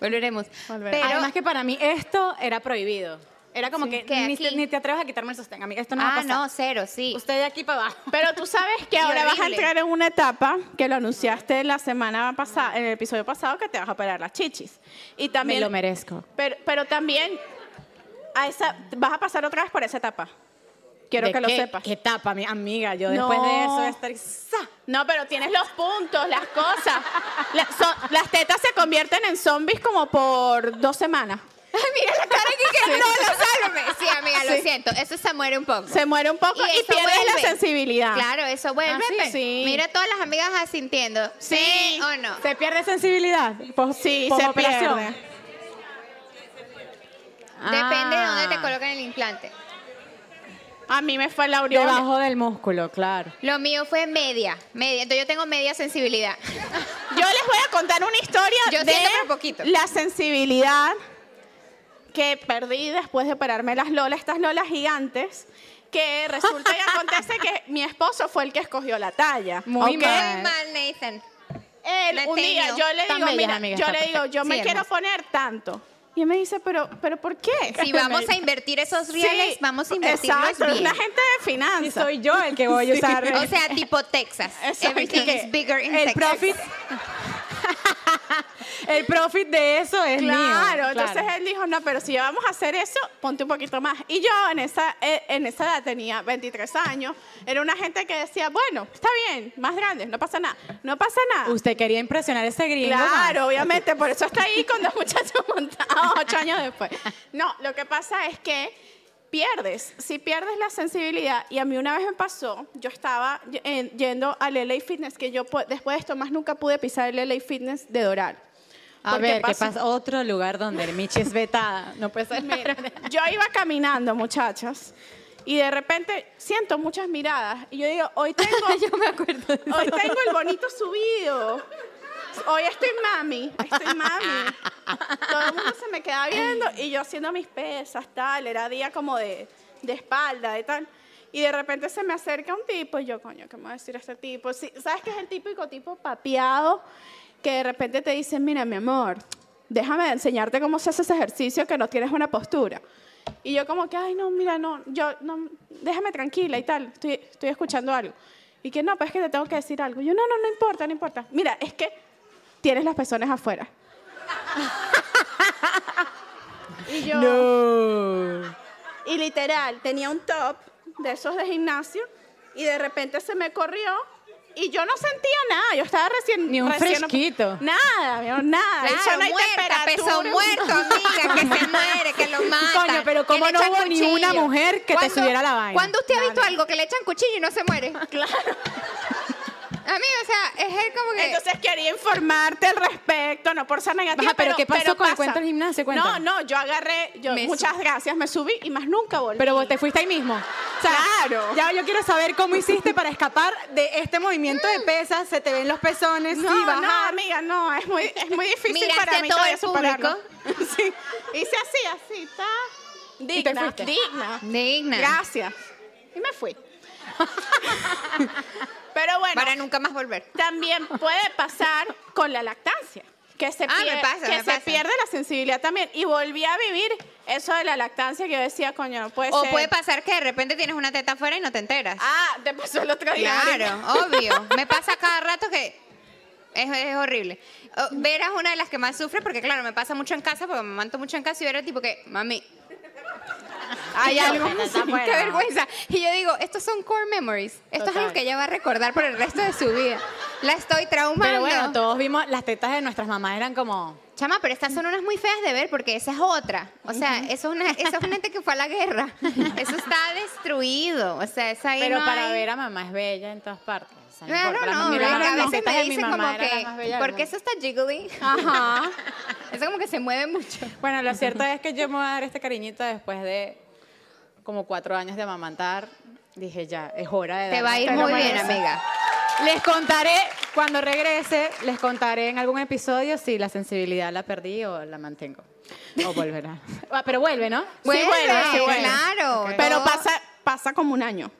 Volveremos. Pero
Además que para mí esto era prohibido. Era como que,
que
ni, te-
aquí-
ni te atrevas a quitarme el sostén, amiga. Esto no va a
ah,
pasar.
no, cero, sí.
Usted de aquí para abajo.
Pero tú sabes que ahora vas a
horrible.
entrar en una etapa que lo anunciaste la semana pasada, en el episodio pasado, que te vas a operar las chichis. Y también,
Me lo merezco.
Pero, pero también a esa, vas a pasar otra vez por esa etapa. Quiero
¿De
que lo
qué-
sepas.
¿Qué tapa, mi amiga? Yo
No.
después de eso voy a estar... ¡Sa!
No, pero tienes los puntos, las cosas. La- son- las tetas se convierten en zombies como por dos semanas.
Mira la cara que no lo sálvame. Sí, amiga, lo siento. Eso se muere un poco.
Se muere un poco y,
eso
pierdes
vuelve.
la sensibilidad.
Claro, eso vuelve.
Ah, sí,
pe-
sí.
Mira todas las amigas asintiendo. Sí, o no.
¿Se pierde sensibilidad?
Pues sí, se
Posoperación.
pierde.
Depende de dónde te
Ah.
colocan el implante.
A mí me fue la aureola.
Debajo del músculo, claro.
Lo mío fue media, media. Entonces yo tengo media sensibilidad.
Yo les voy a contar una historia
Yo
de
siento, pero poquito.
la sensibilidad que perdí después de operarme las lolas, estas lolas gigantes, que resulta y acontece que mi esposo fue el que escogió la talla.
Muy
¿ok?
mal.
Muy mal, Nathan.
Él, un día
Leteño.
yo le
Tan
digo,
bellas,
mira,
amigas,
yo
tan
le digo, yo
Sí,
me quiero
hermosas.
poner tanto. Y él me dice, pero, pero ¿por qué?
Si vamos a invertir esos reales,
Sí,
vamos a invertirlos
Exacto, es
bien.
una gente de
Y
finanzas.
soy yo el que voy a usar.
O sea, tipo Texas.
Exacto.
Everything is bigger in
el
Texas.
profit... el profit de eso es mío.
Claro, entonces él dijo, no, pero si ya vamos a hacer eso, ponte un poquito más. Y yo en esa, eh, en esa edad tenía 23 años, era una gente que decía, bueno, está bien, más grandes, no pasa nada, no pasa nada.
Usted quería impresionar a ese gringo.
Claro, obviamente, por eso está ahí con dos muchachos
Ah,
montados ocho años después. No, lo que pasa es que pierdes, si pierdes la sensibilidad, y a mí una vez me pasó, yo estaba y- en- yendo al LA Fitness, que yo po- después de esto más nunca pude pisar el LA Fitness de Doral.
A
Porque
ver, ¿qué
pasó-
pasa? Otro lugar donde el Michi es vetada. No puede ser.
Mira, yo iba caminando, muchachas, y de repente siento muchas miradas. Y yo digo, hoy tengo,
Yo me acuerdo. de eso.
hoy tengo el bonito subido. Hoy estoy mami, estoy mami. Todo el mundo se me queda viendo y yo haciendo mis pesas, tal. Era día como de, de espalda, de tal. Y de repente se me acerca un tipo y yo, coño, ¿qué me va a decir este tipo? Sí, ¿Sabes que es el típico tipo papeado que de repente te dice, mira, mi amor, déjame enseñarte cómo se hace ese ejercicio que no tienes una postura? Y yo como que, ay, no, mira, no, yo, no, déjame tranquila y tal, estoy, estoy escuchando algo. Y que no, pues es que te tengo que decir algo. Y yo, no, no, no importa, no importa. Mira, es que tienes las personas afuera. y yo... Y literal, tenía un top de esos de gimnasio y de repente se me corrió y yo no sentía nada. Yo estaba recién.
Ni un
recién-
fresquito.
Nada, mi amor, nada.
Claro,
Eso no hay
muerta, peso
temperatura.
muerto, amiga, que se muere, que lo mata.
Coño, pero ¿cómo no hubo ni una mujer que te subiera la vaina?
¿Cuándo usted ha visto algo que le echan cuchillo y no se muere? Claro. Amiga, sea, es él como que.
Entonces quería informarte al respecto, no por ser negativa.
Baja, pero ¿qué pasó con el cuento del gimnasio?
No,
Cuéntame.
no, yo agarré, yo,
Me
muchas gracias, me subí y más nunca volví.
Pero vos te fuiste ahí mismo. O sea,
Claro.
Ya yo quiero saber cómo hiciste para escapar de este movimiento
Mm.
de pesas. Se te ven los pezones
no,
y
no,
bajar.
amiga, no, es muy, es muy difícil
Miraste
para mí
a todo
todavía
el público.
superarlo. Sí. Hice así, así, está. Digna,
fuiste.
digna.
Ah, Digna.
Gracias. Y me fui. Pero bueno.
Para nunca más volver.
También puede pasar con la lactancia, que se,
Ah, me
pier-
pasa,
que
me
se
pasa.
pierde la sensibilidad también. Y volví a vivir eso de la lactancia que yo decía, coño, no puede
O
ser.
puede pasar que de repente tienes una teta afuera y no te enteras.
Ah, te pasó el otro día.
Claro, obvio. Me pasa cada rato que es, es horrible. O- Vera es una de las que más sufre porque, claro, me pasa mucho en casa porque me manto mucho en casa y Vera tipo que, mami, hay algo. Qué vergüenza. Y yo digo, estos son core memories. Esto es algo que ella va a recordar por el resto de su vida. La estoy traumando.
Pero bueno, todos vimos las tetas de nuestras mamás eran como.
Chama, pero estas son unas muy feas de ver porque esa es otra. O sea, eso es una, eso es gente que fue a la guerra. Eso está destruido. O sea, esa ahí
Pero
no
para
hay-
ver a mamá es bella en todas partes. O sea,
Claro,
importa, las
no,
mujeres-
pero
las
a veces
tetas
me
de mi
dicen
mamá
como
eran las
que,
más bellas del
porque eso
mundo.
está jiggly.
Ajá.
Eso como que se mueve mucho.
Bueno, lo cierto es que yo me voy a dar este cariñito después de como cuatro años de amamantar. Dije, ya, es hora de
Te
darme
va a ir
este
muy
regalo.
bien, amiga.
Les contaré, cuando regrese, les contaré en algún episodio si la sensibilidad la perdí o la mantengo. O volverá. Ah, Pero vuelve, ¿no?
Vuelve,
vuelve, sí vuelve.
claro.
Pero
todo-
pasa, pasa como un año.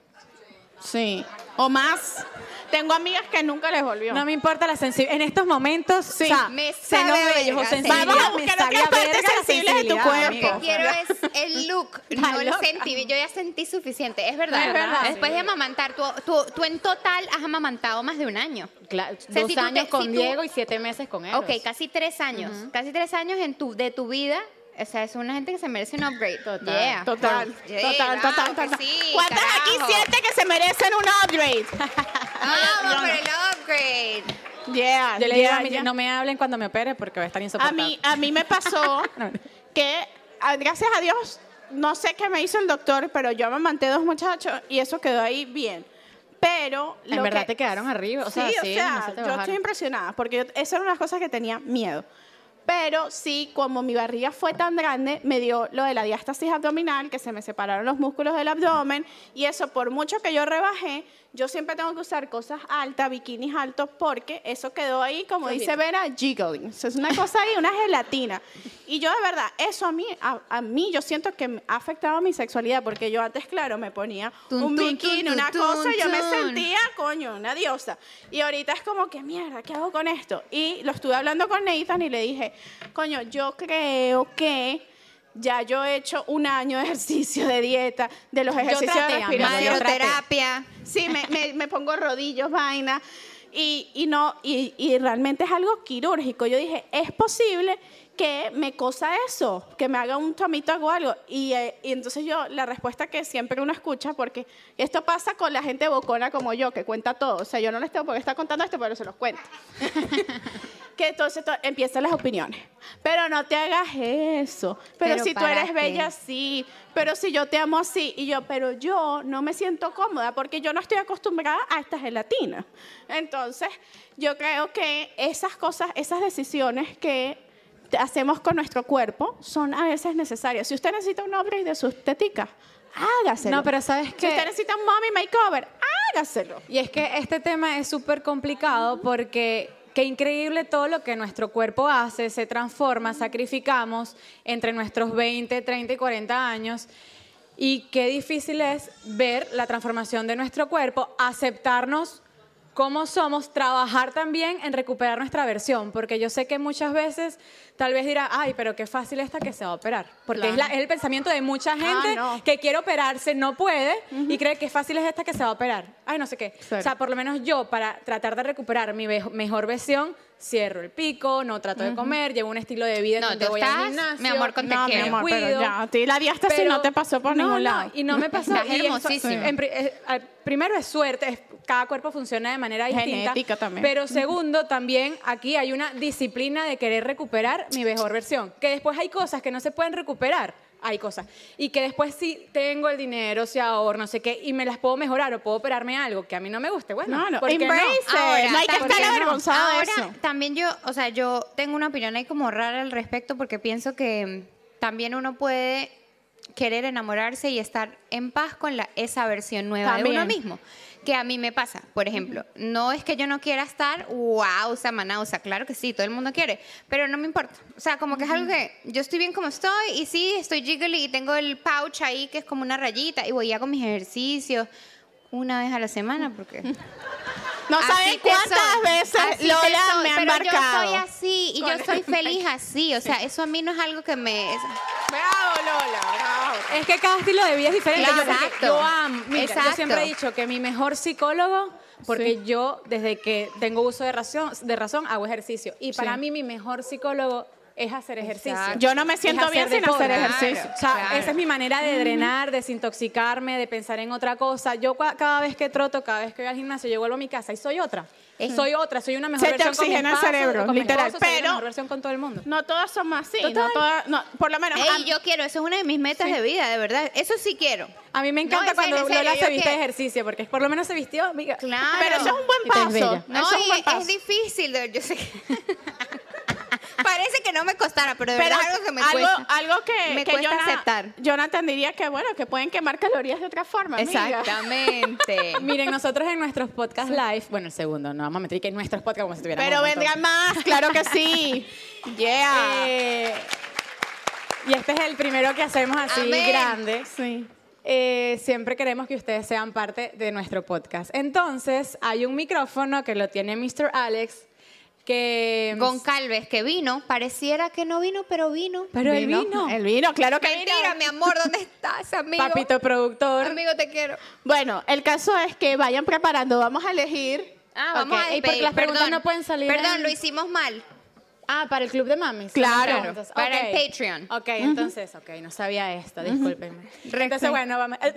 Sí. O más. Tengo amigas que nunca les volvió.
No me importa la sensibilidad. En estos momentos, o sea,
Me
se nos
sabe
bellos,
verga,
sensibilidad,
Vamos a
me
buscar
sabe
otras
a
partes
verga la
sensibles de tu
sensibilidad,
cuerpo.
Lo que
amiga.
quiero es el look.
Está
No lo
loca.
sentí. Yo ya sentí suficiente. Es verdad.
Es verdad.
Después de amamantar, tú, tú, tú en total has amamantado más de un año.
Cla-
O sea,
dos
si tú te-
años con
si tú-
Diego y siete meses con él.
Ok, casi tres años. Casi tres años en tu, de tu vida. O sea, es una gente que se merece un upgrade.
Total,
Yeah.
Total,
Yeah,
total,
claro
total,
que
total.
sí,
¿Cuántas aquí
carajo. Ah,
sienten que se merecen un upgrade?
Vamos por el upgrade.
Yeah,
Yo le digo
yeah,
a mi-
yeah.
no me hablen cuando me opere porque va a estar
A
insoportable.
mí, a mí me pasó que, a- gracias a Dios, no sé qué me hizo el doctor, pero yo amamanté dos muchachos y eso quedó ahí bien. Pero.
En
lo
verdad
que-
te quedaron arriba, o sea, sí, no se te
yo
bajaron.
estoy impresionada porque yo- esa era una de las cosas que tenía miedo. Pero sí, como mi barriga fue tan grande, me dio lo de la diástasis abdominal, que se me separaron los músculos del abdomen, y eso por mucho que yo rebajé, yo siempre tengo que usar cosas altas, bikinis altos, porque eso quedó ahí, como dice Vera, jiggling. O sea, es una cosa ahí, una gelatina. Y yo de verdad, eso a mí, a, a mí yo siento que me ha afectado mi sexualidad, porque yo antes, claro, me ponía
Tun,
un
tun,
bikini,
tun,
una
tun,
cosa, yo me
tun.
sentí día, coño, una diosa. Y ahorita es como que, mierda, ¿qué hago con esto? Y lo estuve hablando con Nathan y le dije, coño, yo creo que ya yo he hecho un año de ejercicio de dieta, de los ejercicios
traté,
de
amor,
respiración.
yo traté.
Terapia.
Sí, me, me- me pongo rodillos, vaina. Y, y no, y, y realmente es algo quirúrgico. Yo dije, es posible que me cosa eso, que me haga un tomito o algo. Y, eh, y entonces yo, la respuesta que siempre uno escucha, porque esto pasa con la gente bocona como yo, que cuenta todo. O sea, yo no les tengo por qué estar contando esto, pero se los cuento. que entonces to- empiezan las opiniones. Pero no te hagas eso. Pero,
Pero
si tú
¿para
eres
qué?
bella así, pero si yo te amo así y yo, pero yo no me siento cómoda porque yo no estoy acostumbrada a esta gelatina. Entonces, yo creo que esas cosas, esas decisiones que te- hacemos con nuestro cuerpo son a veces necesarias. Si usted necesita un upgrade de sus teticas, hágaselo.
No, pero ¿sabes
si
qué?
usted necesita un mommy makeover, hágaselo.
Y es que este tema es súper complicado porque qué increíble todo lo que nuestro cuerpo hace, se transforma, sacrificamos entre nuestros 20, 30 y 40 años. Y qué difícil es ver la transformación de nuestro cuerpo, aceptarnos cómo somos, trabajar también en recuperar nuestra versión, porque yo sé que muchas veces tal vez dirá, ay, pero qué fácil esta que se va a operar, porque es, la- es el pensamiento de mucha gente
Ah, no.
que quiere operarse, no puede, y cree que fácil es esta que se va a operar, ay, no sé qué. O sea, por lo menos yo, para tratar de recuperar mi ve- mejor versión, cierro el pico, no trato de comer, llevo un estilo de vida en
No,
donde
tú
voy
estás,
al gimnasio.
mi amor, con te
no,
quiero.
mi amor,
pero
cuido.
ya, a ti la diástasis
Pero-
no te pasó por
No,
ningún
no,
lado.
y no me pasó.
Estás
y es-
hermosísima.
en pri- eh, al- primero es suerte, es- cada cuerpo funciona de manera distinta.
Genética también.
Pero segundo, también aquí hay una disciplina de querer recuperar mi mejor versión. Que después hay cosas que no se pueden recuperar. hay cosas. Y que después sí tengo el dinero, se ahorro, no sé qué, y me las puedo mejorar o puedo operarme algo que a mí no me guste. Bueno,
No, no,
¿por qué
embrace it. No hay que
¿Por qué
estar avergonzado de
Ahora,
eso.
también yo, o sea, yo tengo una opinión ahí como rara al respecto porque pienso que mm, también uno puede querer enamorarse y estar en paz con la, esa versión nueva de
También.
uno mismo. Que a mí me pasa, por ejemplo, no es que yo no quiera estar, wow, Samana, o sea, claro que sí, todo el mundo quiere, pero no me importa. O sea, como que es algo que yo estoy bien como estoy y sí, estoy jiggly y tengo el pouch ahí que es como una rayita y voy y hago mis ejercicios una vez a la semana porque...
No
Así
saben
te
cuántas
soy.
veces
Así te
Lola
soy,
me ha
pero Yo soy
marcado.
así y yo soy feliz así. O sea, eso a mí no es algo que me. es-
Bravo, Lola, bravo.
Es que cada estilo de vida es diferente.
Claro.
Yo, porque
Exacto.
yo amo. Mira,
Exacto.
yo siempre he dicho que mi mejor psicólogo, porque yo desde que tengo uso de razón, de razón hago ejercicio. Y para mí mi mejor psicólogo es hacer ejercicio.
Exacto.
Yo no me siento
hacer
bien sin
deporte.
hacer ejercicio.
O sea,
Claro.
esa es mi manera de drenar, desintoxicarme, de pensar en otra cosa. Yo cua- cada vez que troto, cada vez que voy al gimnasio, yo vuelvo a mi casa y soy otra. Soy otra, soy una mejor
Se te
versión con mi
oxigena el
esposo,
cerebro,
con mi
literal,
esposo, soy una
pero-
mejor versión con todo el mundo.
No todas somos así. No todas, no, por lo menos. a-
Ey, yo quiero, eso es una de mis metas de vida, de verdad. Eso sí quiero.
A mí me
No,
encanta
en
cuando
serio, en
Lola
serio,
se
yo
viste de
que-
ejercicio, porque por lo menos se vistió, amiga.
Claro.
Pero eso es un
Y te ves
buen paso.
bella.
No,
eso es un
y
buen
es,
paso.
difícil. de- Yo sé que. Parece que no me costara, pero de
Pero
verdad es algo que me
algo,
cuesta.
algo que,
Me
que
cuesta
Jonathan-
aceptar.
Jonathan diría que bueno, que pueden quemar calorías de otra forma. amiga.
Exactamente.
Miren, nosotros en nuestros podcast live, bueno, el segundo, no vamos a meter que en nuestros podcasts como si tuviéramos
Pero
un montón.
vendrán más, claro que sí. Yeah.
Eh, y este es el primero que hacemos así
Amén.
grande.
sí.
Eh, siempre queremos que ustedes sean parte de nuestro podcast. Entonces, hay un micrófono que lo tiene Mr. Alex que
Goncalves, Eh, que vino, pareciera que no vino, pero vino.
Pero él vino.
El vino, claro que
Mentira,
vino.
mi amor, ¿dónde estás, amigo?
Papito productor.
Amigo, te quiero.
Bueno, el caso es que vayan preparando, vamos a elegir.
Ah,
Ok,
vamos a
y porque
despedir,
las preguntas
perdón.
no pueden salir
Perdón,
en-
lo hicimos mal.
Ah, para el club de mamis.
Claro.
Son preguntas.
Para
Ok.
el Patreon.
Ok, entonces, ok, no sabía esto, discúlpenme. Entonces, bueno, vamos. eh,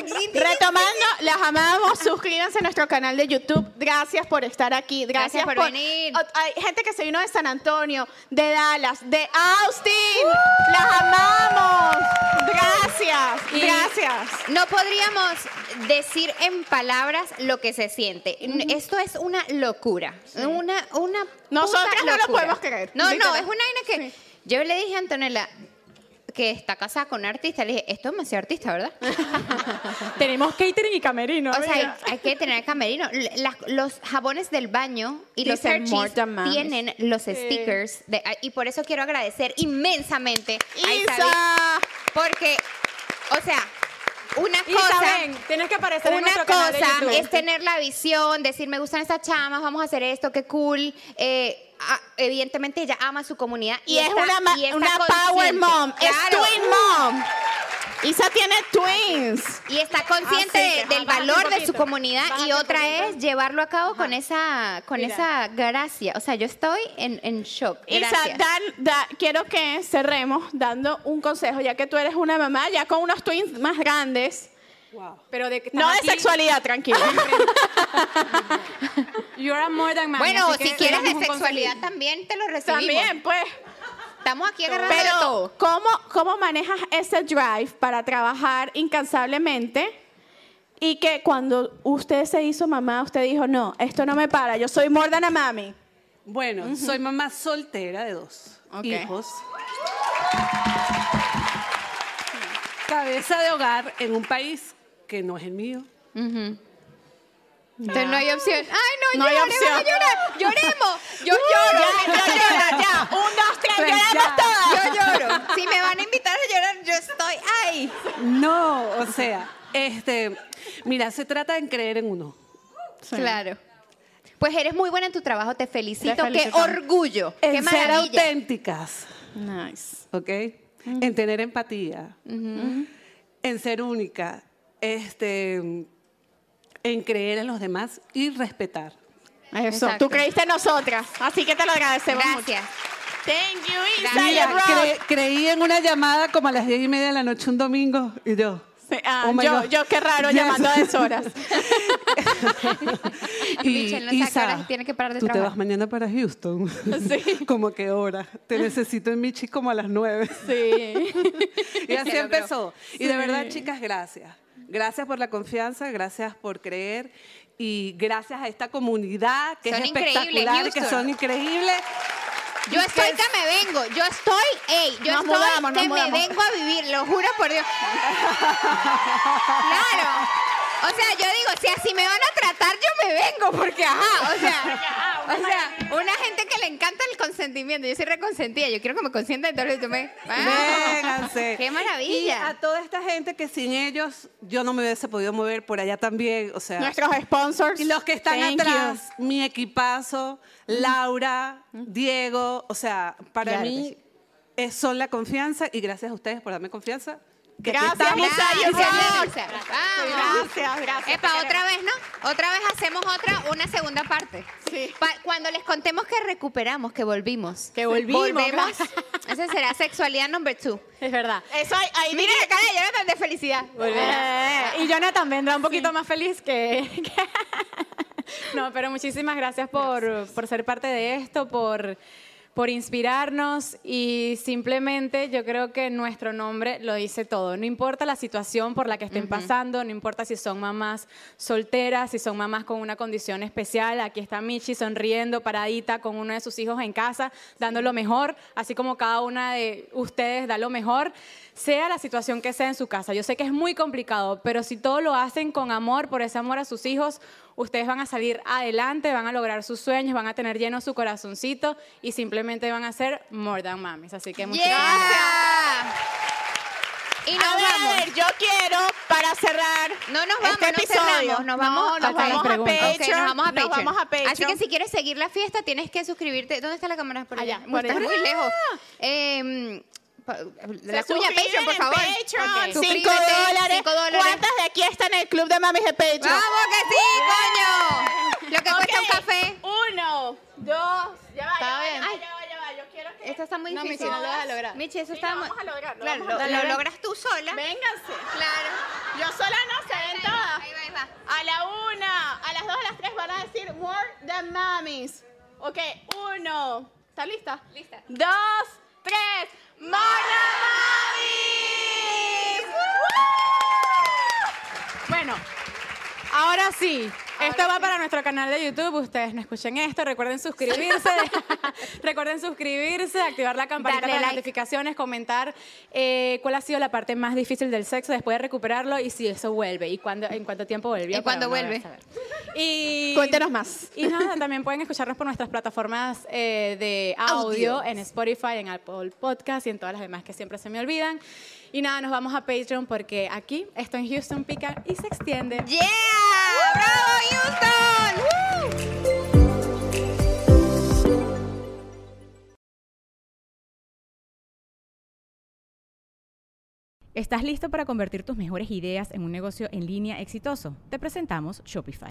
Retomando, las amamos, suscríbanse a nuestro canal de YouTube. Gracias por estar aquí. Gracias,
Gracias por venir.
Oh, Hay gente que se vino de San Antonio, de Dallas, de Austin. Las amamos. Gracias,
Y-
gracias.
No podríamos decir en palabras lo que se siente. N- Esto es una locura. Una, una puta
Nosotras no lo
locura.
podemos creer,
No, no,
literal.
es una vaina que... Yo le dije a Antonella que está casada con un artista, le dije, esto es demasiado artista, ¿verdad?
Tenemos catering y camerino.
o sea, hay,
amiga.
hay que tener camerino. L- las- los jabones del baño y los
Dicen
Hershey's
Morta Mamis.
tienen los stickers. de- y por eso quiero agradecer inmensamente a Isabel
Isa.
Porque, o sea, una
y
cosa,
saben, tienes que aparecer en
una
nuestro canal de
cosa este,
YouTube.
es tener la visión, decir, me gustan estas chamas, vamos a hacer esto, qué cool. Eh, ah, evidentemente ella ama su comunidad.
Y, es
está-
una, ma-
y está
una power
consciente.
mom. Es
Claro.
twin mom. Isa tiene twins.
Y está consciente
Así que,
de-
Ah, ajá,
del
bájate un
valor de su
poquito,
comunidad y
bájate un
otra es
poquito.
llevarlo a cabo con esa con
Mira.
esa gracia. O sea, yo estoy en, en shock.
Isa,
Gracias.
dan- da- quiero que cerremos dando un consejo, ya que tú eres una mamá, ya con unos twins más grandes.
Pero de que
No de
estamos aquí-
sexualidad, tranquilo.
You're a more than man,
bueno,
así que
si quieres de
tenemos un
sexualidad
consejo.
también te lo recibimos.
También, pues.
Estamos aquí agarrando de todo.
Pero, ¿cómo, ¿cómo manejas ese drive para trabajar incansablemente? Y que cuando usted se hizo mamá, usted dijo, no, esto no me para, yo soy more than a mami.
Bueno, soy mamá soltera de dos
Ok.
hijos. Cabeza de hogar en un país que no es el mío.
Entonces no hay opción. Ay, no,
No hay
lloremos,
opción.
llora- lloremos. Yo lloro, yo lloro, ya. Un, dos, tres, lloramos todas. Yo lloro. Si me van a invitar a llorar, yo estoy ahí.
No, o sea, este, mira, se trata de creer en uno.
Claro. Pues eres muy buena en tu trabajo, te felicito.
Te felicito.
Qué orgullo. Qué
En ser
maravilla.
auténticas,
Nice.
¿ok? En tener empatía, en ser única, este, en creer en los demás y respetar.
Eso,
Exacto.
tú creíste en nosotras, así que te lo agradecemos
Gracias.
mucho. Thank you, Isa. you're
Gracias.
Mira,
right.
cre- creí en una llamada como a las diez y media de la noche un domingo y yo.
Sí, ah,
oh my
yo,
God.
yo qué raro
Yes.
llamando a deshoras.
Michelle no sabe a qué
Isa,
horas tiene que parar de
tú te
trabajar.
vas mañana para Houston. ¿Cómo qué hora? Te necesito en Michi como a las nueve.
Sí.
y así
Se logró.
empezó. Y de
Sí.
verdad, chicas, gracias. Gracias por la confianza, gracias por creer y gracias a esta comunidad que
Son
es
increíbles,
espectacular, que
Houston.
son increíbles.
Yo estoy que me vengo, yo estoy, ey, yo
Nos
estoy
mudamos,
que
nos
me
mudamos.
vengo a vivir, lo juro por Dios. claro. O sea, yo digo, si así me van a tratar, yo me vengo, porque ajá, o sea, o sea, una gente que le encanta el consentimiento, yo soy reconsentida, yo quiero que me consientan, entonces yo me... Ah.
Vénganse.
¡Qué maravilla!
Y a toda esta gente que sin ellos yo no me hubiese podido mover por allá también. O sea,
Nuestros sponsors.
Y los que están
Thank
atrás, mi equipazo, Laura, Diego, o sea, para
Claro que
mí es, son la confianza y gracias a ustedes por darme confianza. que aquí
Gracias,
estamos.
Isa, you rock. Vamos.
Gracias, gracias.
Epa, otra vez, ¿no? Otra vez hacemos otra, una segunda parte. Sí. cuando les contemos que recuperamos, que volvimos. Que
volvimos,
Volvemos.
gracias.
Esa será sexualidad number two.
Es verdad.
Eso hay, ahí
Mira la cara de Jonathan de felicidad.
Eh, y Jonathan vendrá un poquito más feliz que, que- No, pero muchísimas gracias por, por ser parte de esto, por, por inspirarnos y simplemente yo creo que nuestro nombre lo dice todo. No importa la situación por la que estén pasando, no importa si son mamás solteras, si son mamás con una condición especial. Aquí está Michi sonriendo, paradita con uno de sus hijos en casa, dando lo mejor, así como cada una de ustedes da lo mejor, sea la situación que sea en su casa. Yo sé que es muy complicado, pero si todo lo hacen con amor, por ese amor a sus hijos, ustedes van a salir adelante, van a lograr sus sueños, van a tener lleno su corazoncito y simplemente van a ser more than mamis. Así que muchas
Y nos
a ver,
vamos.
a ver, yo quiero para cerrar.
No nos vamos,
este
no
episodio.
cerramos, nos vamos,
No, nos
ok.
vamos a
Ok,
Patreon.
nos vamos a
nos
Patreon.
vamos a Patreon.
Así que si quieres seguir la fiesta, tienes que suscribirte. ¿Dónde está la cámara? Por allá.
por
Estás
allá. Ah.
muy lejos. Eh, pa- la cuña Patreon, por favor. Ok.
5
Suscríbete,
dólares.
cinco dólares.
¿Cuántas de aquí están en el club de mamis de Patreon?
¡Vamos que sí, coño! Lo que cuesta un café.
Uno, dos, ya va,
Está
ya va, ya
bien.
va,
Ay.
ya va, ya va. Yo quiero que.
Esto está muy
No, Michi,
difícil.
no lo vas a lograr.
Michi, eso
Sí,
está
lo
muy-
vamos a lograr, lo
Claro,
vamos a
lo- lo
lograr.
logras tú sola.
Vénganse.
Claro.
Yo sola no se ven todas.
Ahí va, ahí va.
A la una, a las dos, a las tres van a decir More than Mamis. Ok, uno. ¿Está lista?
Lista.
Dos, tres. More than Mamis.
gracias. Bueno, ahora sí. Esto va para nuestro canal de YouTube. Ustedes no escuchen esto. Recuerden suscribirse. recuerden suscribirse, activar la campanita
Darle
para las
like.
notificaciones, comentar eh, cuál ha sido la parte más difícil del sexo después de recuperarlo y si eso vuelve y cuándo, en cuánto tiempo volvió.
¿Y cuándo
para uno
vuelve?
saber. Y
Cuéntenos más.
Y nada, también pueden escucharnos por nuestras plataformas eh, de audio,
Audio.
en Spotify, en Apple Podcast y en todas las demás que siempre se me olvidan. Y nada, nos vamos a Patreon porque aquí esto en Houston pica y se extiende.
¡Yeah! ¡Bravo, Houston! ¡Woo!
¿Estás listo para convertir tus mejores ideas en un negocio en línea exitoso? Te presentamos Shopify.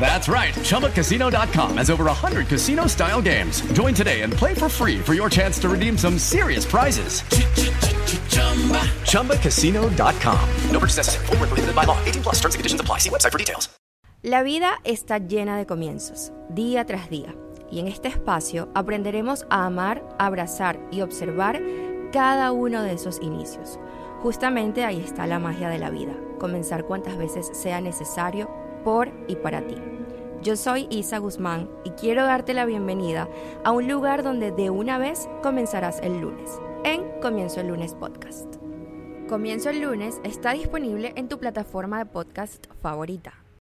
That's right, ChumbaCasino.com has over 100 casino style games. Join today and play for free for your chance to redeem some serious prizes. ChumbaCasino.com. No purchase necessary, forward, prohibited by law, 18 plus terms and conditions apply. See website for details.
La vida está llena de comienzos, día tras día, y en este espacio aprenderemos a amar, abrazar y observar cada uno de esos inicios. Justamente ahí está la magia de la vida, comenzar cuantas veces sea necesario por y para ti. Yo soy Isa Guzmán y quiero darte la bienvenida a un lugar donde de una vez comenzarás el lunes, en Comienzo el lunes podcast. Comienzo el lunes está disponible en tu plataforma de podcast favorita.